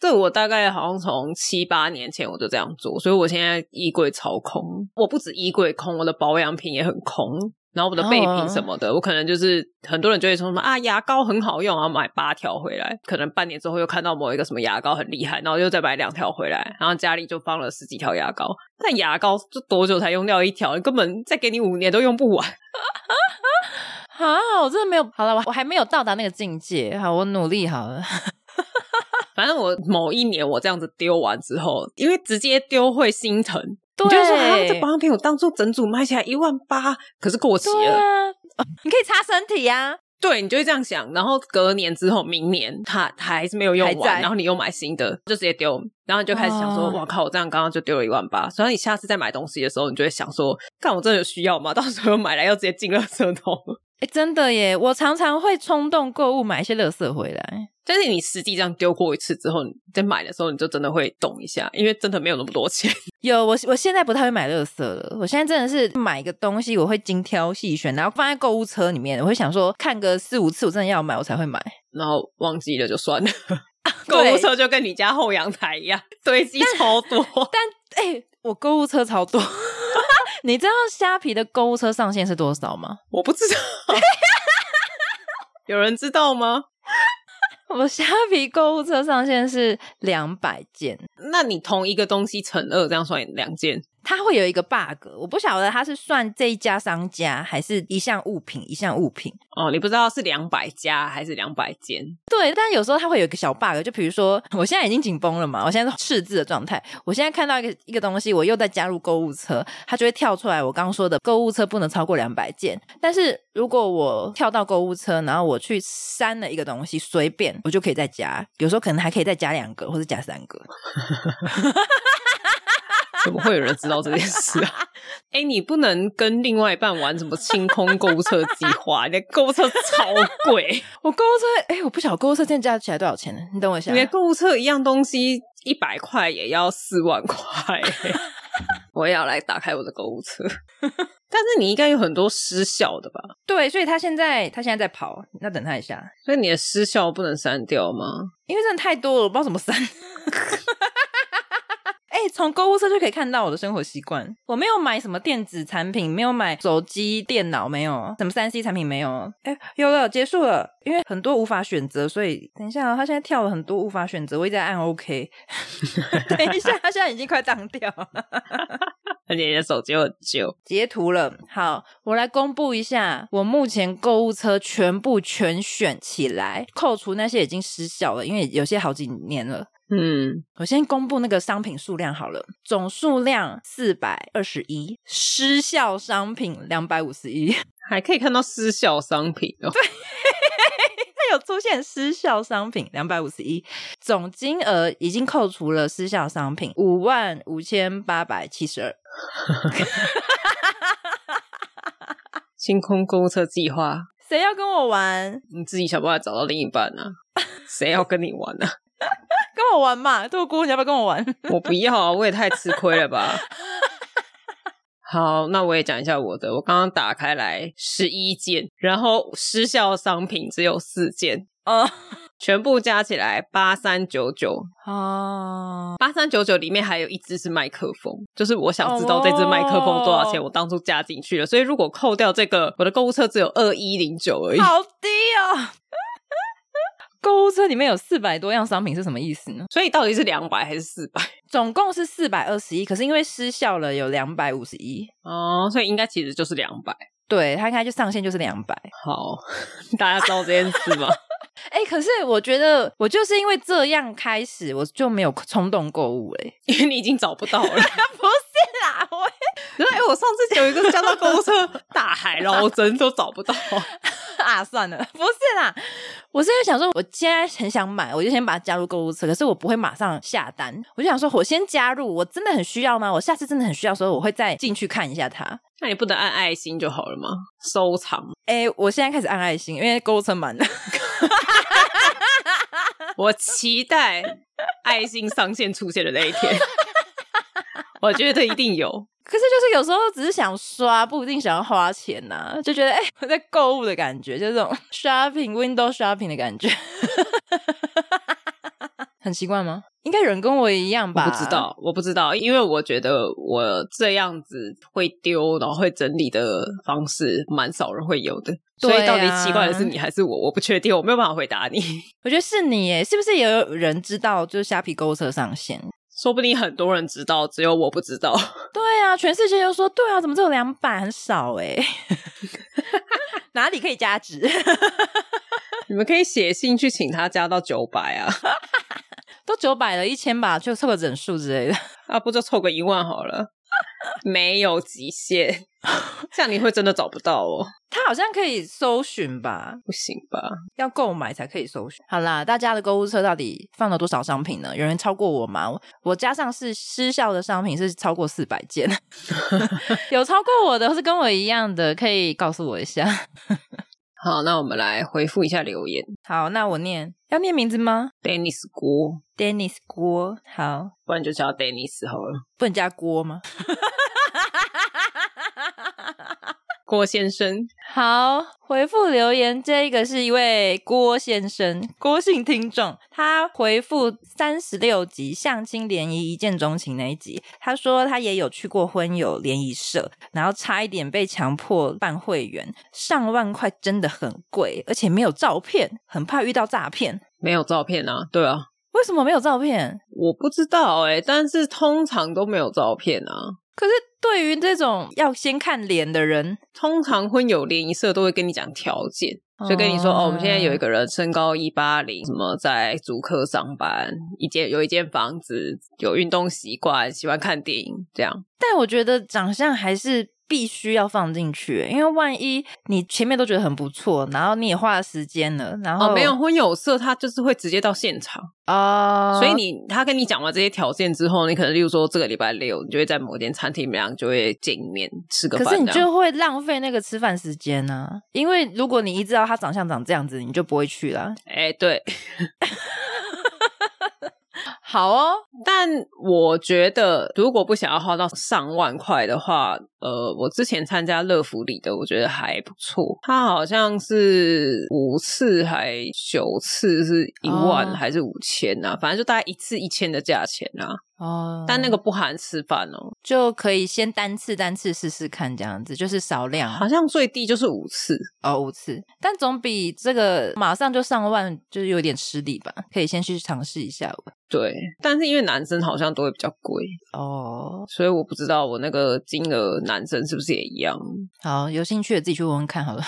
S1: 这我大概好像从七八年前我就这样做，所以我现在衣柜超空。我不止衣柜空，我的保养品也很空，然后我的备品什么的我可能就是很多人就会说什么啊，牙膏很好用，然后买八条回来，可能半年之后又看到某一个什么牙膏很厉害，然后又再买两条回来，然后家里就放了十几条牙膏。但牙膏就多久才用掉一条？根本再给你五年都用不完。 [LAUGHS]
S2: 好，我真的没有好了，我我还没有到达那个境界。好，我努力好 [LAUGHS] 了。
S1: 反正我某一年我这样子丢完之后，因为直接丢会心疼，
S2: 对，
S1: 你就说啊，这保养品我当初整组买起来一万八，可是过期
S2: 对
S1: 了。
S2: 啊，哦你可以擦身体啊呀、
S1: 对，你就会这样想，然后隔年之后，明年它它还是没有用
S2: 还在
S1: 完，然后你又买新的，就直接丢，然后你就开始想说，
S2: 哦
S1: 哇靠，我这样刚刚就丢了一万八。所以你下次再买东西的时候，你就会想说，看我真的有需要吗？到 [LAUGHS] 时候买来要直接进垃圾桶。 [LAUGHS]
S2: 哎，真的耶！我常常会冲动购物买一些垃圾回来。
S1: 但是你实际这样丢过一次之后，你在买的时候你就真的会懂一下，因为真的没有那么多钱。 [LAUGHS]
S2: 有我，我现在不太会买垃圾了。我现在真的是买一个东西，我会精挑细选，然后放在购物车里面。我会想说，看个四五次，我真的要买，我才会买。
S1: 然后忘记了就算了。 [LAUGHS] 购
S2: 对
S1: 物车就跟你家后阳台一样，堆积超多。
S2: 但哎、我购物车超多。 [LAUGHS] 你知道虾皮的购物车上限是多少吗？
S1: 我不知道，有人知道吗？
S2: 我虾皮购物车上限是两百件，
S1: 那你同一个东西乘二，这样算两件。
S2: 它会有一个 bug，我不晓得它是算这一家商家，还是一项物品一项物品。
S1: 哦，你不知道是两百加还是两百间，
S2: 对，但有时候它会有一个小 bug，就比如说我现在已经紧绷了嘛，我现在是赤字的状态，我现在看到一个一个东西，我又在加入购物车，它就会跳出来我刚刚说的购物车不能超过两百件。但是如果我跳到购物车，然后我去删了一个东西，随便我就可以再加，有时候可能还可以再加两个或者加三个。
S1: 怎么会有人知道这件事啊？哎、你不能跟另外一半玩什么清空购物车计划，你的购物车超贵，
S2: 我购物车，哎、我不晓得购物车现在加起来多少钱呢？你等我一下啊
S1: 你。的购物车一样东西一百块也要四万块、欸我也要来打开我的购物车，但是你应该有很多失效的吧？
S2: 对，所以他现在他现在在跑，那等他一下，
S1: 所以你的失效不能删掉吗？
S2: 因为真的太多了，我不知道怎么删。 [LAUGHS] 哎、从购物车就可以看到我的生活习惯。我没有买什么电子产品，没有买手机、电脑，没有什么三 C 产品，没有。哎、有了，结束了。因为很多无法选择，所以等一下、哦，他现在跳了很多无法选择，我一直在按 OK。等一下，他现在已经快当掉了。
S1: 而且你的手机又很旧，
S2: 截图了。好，我来公布一下，我目前购物车全部全选起来，扣除那些已经失效了，因为有些好几年了。
S1: 嗯，
S2: 我先公布那个商品数量好了，总数量四百二十一，失效商品两百五十一。 [LAUGHS]
S1: 还可以看到失效商品哦。
S2: 它有出现失效商品两百五十一，总金额已经扣除了失效商品五万五千八百七十二。
S1: 清空购物车计划，
S2: 谁要跟我玩？
S1: 你自己想办法找到另一半啊！谁要跟你玩啊？
S2: 跟我玩嘛！豆姑，你要不要跟我玩？ [LAUGHS]
S1: 我不要啊！我也太吃亏了吧！好，那我也讲一下我的。我刚刚打开来十一件，然后失效商品只有四件，
S2: 哦
S1: 全部加起来八三九九。
S2: 哦，
S1: 八三九九里面还有一只是麦克风，就是我想知道这只麦克风多少钱，
S2: 哦
S1: 我当初加进去了。所以如果扣掉这个，我的购物车只有二一零九而已。
S2: 好低哦！ [LAUGHS] 购物车里面有四百多样商品是什么意思呢？
S1: 所以到底是两百还是四百？
S2: 总共是四百二十一，可是因为失效了有两百五十一，
S1: 哦，所以应该其实就是两百。
S2: 对，它应该就上限就是两百。
S1: 好， [LAUGHS] 大家知道这件事 [LAUGHS] 吗？
S2: 哎、可是我觉得我就是因为这样开始，我就没有冲动购物、欸。 [LAUGHS]
S1: 因为你已经找不 [LAUGHS] 到了。
S2: 哎，不是啦，我
S1: 因为哎我上次有一个叫到购物车大海捞针都找不到，
S2: [LAUGHS] 啊，算了，不是啦，我是因为想说，我现在很想买，我就先把它加入购物车，可是我不会马上下单，我就想说，我先加入，我真的很需要吗？我下次真的很需要的时候，我会再进去看一下它。
S1: 那你不能按爱心就好了吗？收藏，
S2: 哎、我现在开始按爱心，因为购物车满了。
S1: 我期待爱心上线出现的那一 [LAUGHS] 天。我觉得一定有，
S2: 可是就是有时候只是想刷，不一定想要花钱呐、就觉得哎、 [LAUGHS] 我在购物的感觉，就是这种 [LAUGHS] shopping window shopping
S1: [LAUGHS]
S2: 的感觉，很奇怪吗？应该有人跟我一样
S1: 我
S2: 吧？
S1: 不知，道，我不知道，因为我觉得我这样子会丢，然后会整理的
S2: 嗯
S1: 方式，蛮少人会有的。所以
S2: 对
S1: 到底
S2: 啊
S1: 奇怪的是你还是我，我不确定，我没有办法回答你。 [LAUGHS]
S2: 我觉得是你耶，是不是也有人知道就是虾皮购物车上线？
S1: 说不定很多人知道，只有我不知道。 [LAUGHS]
S2: 对啊，全世界都说对啊，怎么只有两百，很少
S1: [LAUGHS]
S2: 哎，哪里可以加值？
S1: 你们可以写信去请他加到九百啊，
S2: 都九百了，一千吧，就凑个整数之类的。
S1: 啊，不就凑个一万好了， [LAUGHS] 没有极限，这样你会真的找不到哦，
S2: 它好像可以搜寻吧，
S1: 不行吧？
S2: 要购买才可以搜寻。好啦，大家的购物车到底放了多少商品呢？有人超过我吗？我我加上是失效的商品是超过四百 [LAUGHS] 件，有超过我的或是跟我一样的，可以告诉我一下。 [LAUGHS]
S1: 好，那我们来回复一下留言
S2: 好，那我念，要念名字吗
S1: ，Dennis 郭，
S2: ？Dennis 郭，好，
S1: 不然就叫 Dennis 好了，
S2: 不能加郭吗？
S1: 郭先生，
S2: 好，回复留言这一个是一位郭先生，郭姓听众，他回复三十六集相亲联谊一见钟情那一集，他说他也有去过婚友联谊社，然后差一点被强迫办会员，上万块真的很贵，而且没有照片，很怕遇到诈骗。
S1: 没有照片啊，对啊，
S2: 为什么没有照片？
S1: 我不知道哎、但是通常都没有照片啊。
S2: 可是对于这种要先看脸的人，
S1: 通常婚友联谊社都会跟你讲条件，就跟你说哦，我们现在有一个人身高一八零，什么在足科上班，一间有一间房子，有运动习惯，喜欢看电影，这样。
S2: 但我觉得长相还是必须要放进去，欸因为万一你前面都觉得很不错，然后你也花了时间了，然后、
S1: 哦，没有婚友社，他就是会直接到现场，
S2: 啊，
S1: 所以你他跟你讲完这些条件之后，你可能例如说这个礼拜六，你就会在某间餐厅，你们俩就会见面吃个
S2: 可
S1: 饭。
S2: 是你
S1: 这样
S2: 就会浪费那个吃饭时间呢、因为如果你一知道他长相长这样子，你就不会去啦。
S1: 哎、对，
S2: 好哦，
S1: 但我觉得，如果不想要花到上万块的话，呃，我之前参加乐福里的，我觉得还不错。它好像是五次还九次是一万
S2: 哦
S1: 还是五千啊，反正就大概一次一千的价钱啊。
S2: 哦，
S1: 但那个不含吃饭哦，
S2: 就可以先单次单次试试看，这样子就是少量
S1: 好像最低就是五次。
S2: 哦五次，但总比这个马上就上万就是有点吃力吧，可以先去尝试一下
S1: 对，但是因为男生好像都会比较贵，
S2: 哦。
S1: 所以我不知道我那个金额男生是不是也一样。
S2: 好，有兴趣的自己去问问看好了。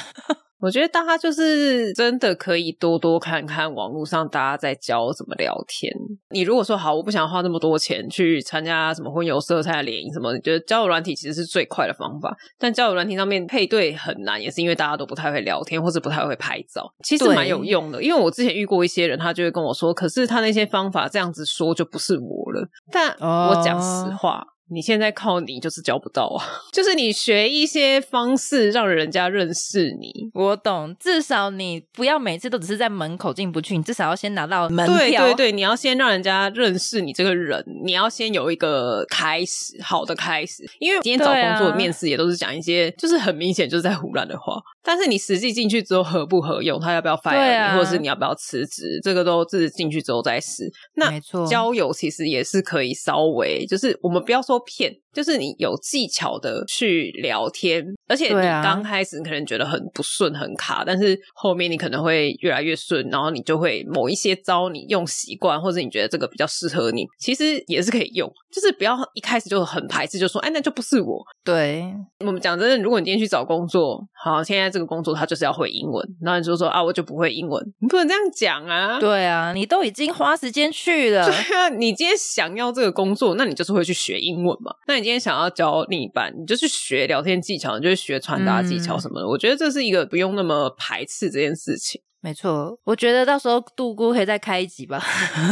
S1: 我觉得大家就是真的可以多多看看网络上大家在教怎么聊天。你如果说好，我不想花那么多钱去参加什么婚友社、参加联谊什么，你觉得交友软体其实是最快的方法。但交友软体上面配对很难，也是因为大家都不太会聊天，或是不太会拍照，其实
S2: 对
S1: 蛮有用的。因为我之前遇过一些人，他就会跟我说，可是他那些方法这样子说就不是我了。但
S2: 哦
S1: 我讲实话。你现在靠你就是交不到啊， [LAUGHS] 就是你学一些方式让人家认识你，
S2: 我懂，至少你不要每次都只是在门口进不去，你至少要先拿到门
S1: 对
S2: 票。
S1: 对对，你要先让人家认识你这个人，你要先有一个开始，好的开始。因为今天找
S2: 对啊
S1: 工作面试也都是讲一些，就是很明显就是在胡乱的话。但是你实际进去之后合不合用，他要不要 fire
S2: 对
S1: 你，
S2: 啊
S1: 或者是你要不要辞职，这个都是进去之后再试。那
S2: 没错
S1: 交友其实也是可以稍微，就是我们不要说骗，就是你有技巧的去聊天，而且你
S2: 对啊
S1: 刚开始你可能觉得很不顺、很卡，但是后面你可能会越来越顺，然后你就会某一些招你用习惯，或者你觉得这个比较适合你，其实也是可以用，就是不要一开始就很排斥，就说哎那就不是我，
S2: 对，
S1: 我们讲真的，如果你今天去找工作，好，现在这个工作他就是要会英文，然后你就说啊，我就不会英文，你不能这样讲啊。
S2: 对啊，你都已经花时间去了，
S1: 对啊，你今天想要这个工作，那你就是会去学英文嘛。那你今天想要教另一半，你就去学聊天技巧，你就去学传达技巧什么的。我觉得这是一个不用那么排斥这件事情。
S2: 没错。我觉得到时候杜姑可以再开一集吧。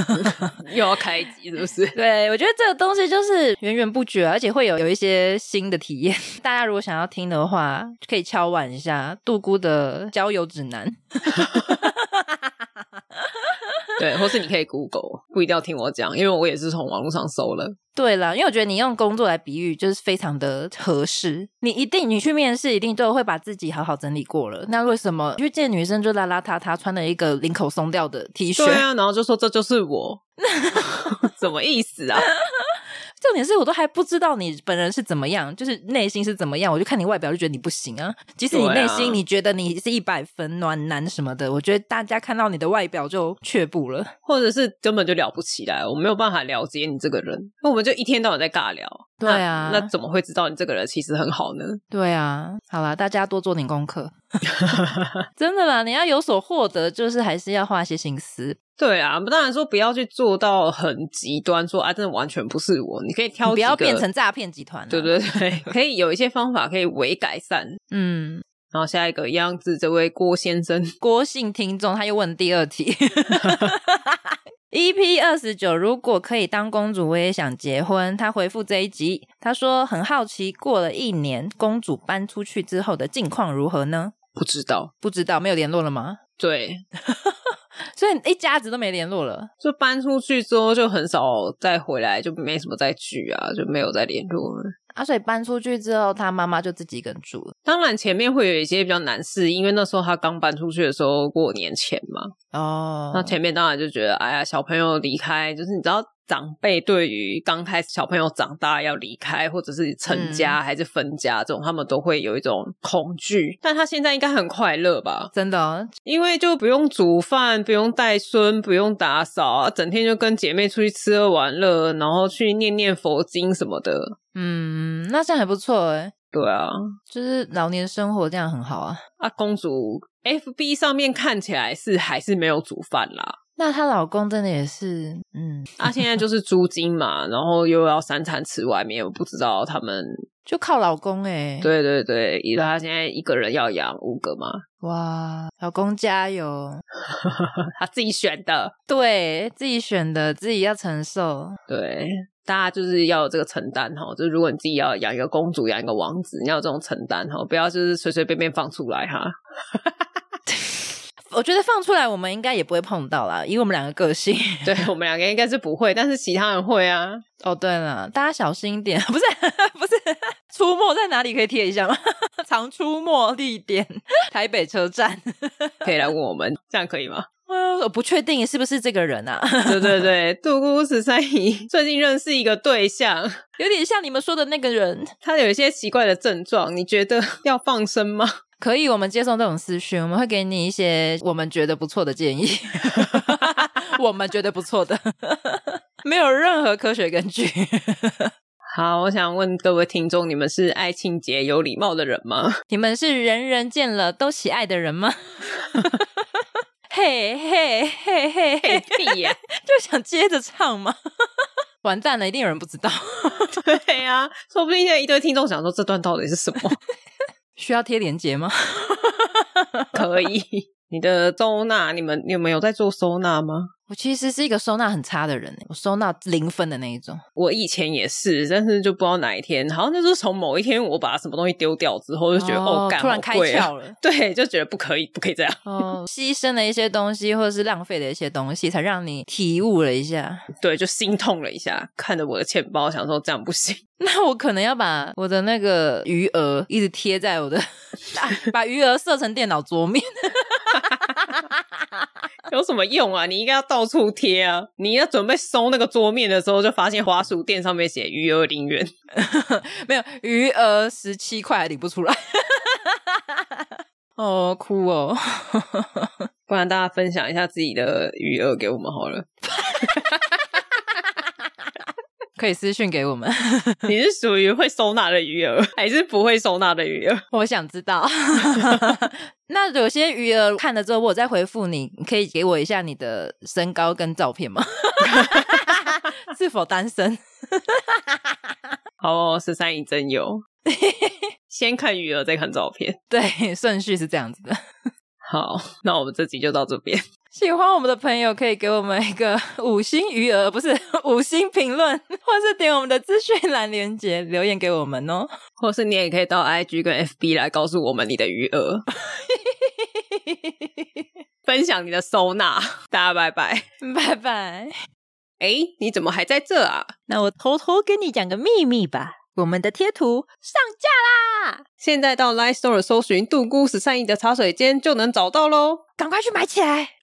S2: [LAUGHS]
S1: 又 [LAUGHS] 要开一集是不是？
S2: 对，我觉得这个东西就是源源不绝，而且会有有一些新的体验。 [LAUGHS] 大家如果想要听的话，可以敲碗一下杜姑的交友指南。
S1: [LAUGHS] 对，或是你可以 Google，不一定要听我讲，因为我也是从网络上搜了。
S2: 对啦，因为我觉得你用工作来比喻，就是非常的合适。你一定，你去面试一定都会把自己好好整理过了。那为什么去见女生就邋邋遢遢，穿了一个领口松掉的 T 恤？
S1: 对啊，然后就说这就是我， [LAUGHS] 什么意思啊？
S2: 重点是我都还不知道你本人是怎么样，就是内心是怎么样，我就看你外表就觉得你不行啊。即使你
S1: 对啊
S2: 内心你觉得你是一百分暖男什么的，我觉得大家看到你的外表就却步了。
S1: 或者是根本就聊不起来，我没有办法了解你这个人，那我们就一天到晚在尬聊。
S2: 对啊
S1: 那，那怎么会知道你这个人其实很好呢？
S2: 对啊，好啦，大家多做点
S1: [LAUGHS]
S2: 功课，真的啦，你要有所获得，就是还是要花些心思，
S1: 对啊，当然说不要去做到很极端，说啊，真的完全不是我。你可以挑几个，
S2: 不要变成诈骗集团、
S1: 对，对对， [LAUGHS] 可以有一些方法可以微改善。
S2: 嗯，
S1: 然后下一个一样是这位郭先生，
S2: 郭姓听众他又问第二题。EP 二十九，如果可以当公主，我也想结婚。他回复这一集，他说很好奇，过了一年，公主搬出去之后的近况如何呢？
S1: 不知道，
S2: 不知道，没有联络了吗？
S1: 对，
S2: 所以一家子都没联络了。
S1: 就搬出去之后就很少再回来，就没什么再聚啊，就没有再联络了。
S2: 啊，所以搬出去之后，他妈妈就自己一个人住了。
S1: 当然前面会有一些比较难适应，因为那时候他刚搬出去的时候过年前嘛，
S2: 哦
S1: 那前面当然就觉得，哎呀，小朋友离开，就是你知道，长辈对于刚开始小朋友长大要离开，或者是成家、还是分家这种，他们都会有一种恐惧。但他现在应该很快乐吧？
S2: 真的、哦，
S1: 因为就不用煮饭，不用带孙，不用打扫啊，整天就跟姐妹出去吃喝玩乐，然后去念念佛经什么的。
S2: 嗯，那这样还不错哎，
S1: 对啊，
S2: 就是老年生活这样很好啊。
S1: 啊，公主 FB 上面看起来是还是没有煮饭啦，
S2: 那她老公真的也是，嗯，
S1: [LAUGHS] 啊，现在就是租金嘛，然后又要三餐吃外面，我不知道他们。
S2: 就靠老公哎，，
S1: 对对对，以他现在一个人要养五个嘛，
S2: 哇，老公加油，
S1: 他自己选的。
S2: 对自己选的，自己要承受，
S1: 对，大家就是要有这个承担哈，就是如果你自己要养一个公主，养一个王子，你要有这种承担哈，不要就是随随便便放出来哈。
S2: 我觉得放出来我们应该也不会碰到啦，以我们两个个性。 [LAUGHS]
S1: 对我们两个应该是不会，但是其他人会啊。
S2: 哦，对了，大家小心一点，不是不是，出没在哪里可以贴一下吗？ [LAUGHS] 常出没地点，台北车站。 [LAUGHS]
S1: 可以来问我们，这样可以吗？ [LAUGHS]
S2: 呃我不确定是不是这个人啊， [LAUGHS]
S1: 对对对，杜姑十三姨最近认识一个对象，
S2: 有点像你们说的那个人。
S1: 他有一些奇怪的症状，你觉得要放生吗？
S2: 可以，我们接送这种私讯，我们会给你一些我们觉得不错的建 [LAUGHS] 议，我们觉得不错的，没有任何科学根 [LAUGHS] 据。
S1: 好，我想问各位听众，你们是爱清洁有礼貌的人吗？
S2: 你们是人人见了都喜爱的人 [LAUGHS] 吗？嘿嘿嘿 [LAUGHS] 嘿
S1: 嘿
S2: 嘿，
S1: 屁呀、
S2: 就想接着唱 [LAUGHS] 吗？完蛋了，一定有人不知道，
S1: [LAUGHS] 对呀、说不定现在一堆听众想说这段到底是什
S2: [LAUGHS]
S1: 么？
S2: 需要贴链接吗？
S1: 可以，你的收纳，你们你们有在做收纳吗？
S2: 我其实是一个收纳很差的人，欸我收纳零分的那一种。
S1: 我以前也是，但是就不知道哪一天，好像就是从某一天我把什么东西丢掉之后，就觉得哦，干
S2: 突然开。
S1: 好贵啊 [LAUGHS]
S2: 窍了，
S1: 对，就觉得不可以，不可以这样。
S2: 哦， [LAUGHS] 牺牲了一些东西，或者是浪费了一些东西，才让你体悟了一下。 [LAUGHS]
S1: 对，就心痛了一下，看着我的钱包，想说这样不行。
S2: 那我可能要把我的那个余额一直贴在我的，啊 [LAUGHS] 把余额设成电脑桌面。 [LAUGHS]
S1: 有什么用啊？你应该要到处贴啊！你要准备收那个桌面的时候，就发现花书店上面写余额零元，
S2: 没有余额十七块还领不出来， [LAUGHS] 哦，哭哦， [LAUGHS]
S1: 不然大家分享一下自己的余额给我们好了。
S2: 可以私讯给我们， [LAUGHS]
S1: 你是属于会收纳的余额，还是不会收纳的余额？
S2: 我想知道。 [LAUGHS] 那有些余额看了之后，我再回复你，你可以给我一下你的身高跟照片吗？ [LAUGHS] 是否单身？
S1: 好、哦，十三姨真有。先看余额，再看照片。
S2: [LAUGHS] 对，顺序是这样子的。 [LAUGHS]
S1: 好，那我们这集就到这边。
S2: 喜欢我们的朋友可以给我们一个 [LAUGHS] 五星余额，不是 [LAUGHS] 五星评论，或是点我们的资讯栏连接留言给我们哦。 [LAUGHS]
S1: 或是你也可以到 IG 跟 FB 来告诉我们你的余额，分享你的收纳。大家拜拜。
S2: 拜拜。
S1: 诶，你怎么还在这啊？
S2: 那我偷偷跟你讲个秘密吧，我们的贴图上架啦，
S1: 现在到 Line Store 搜寻“杜姑十三姨的茶水间”就能找到喽。
S2: 赶快去买起来！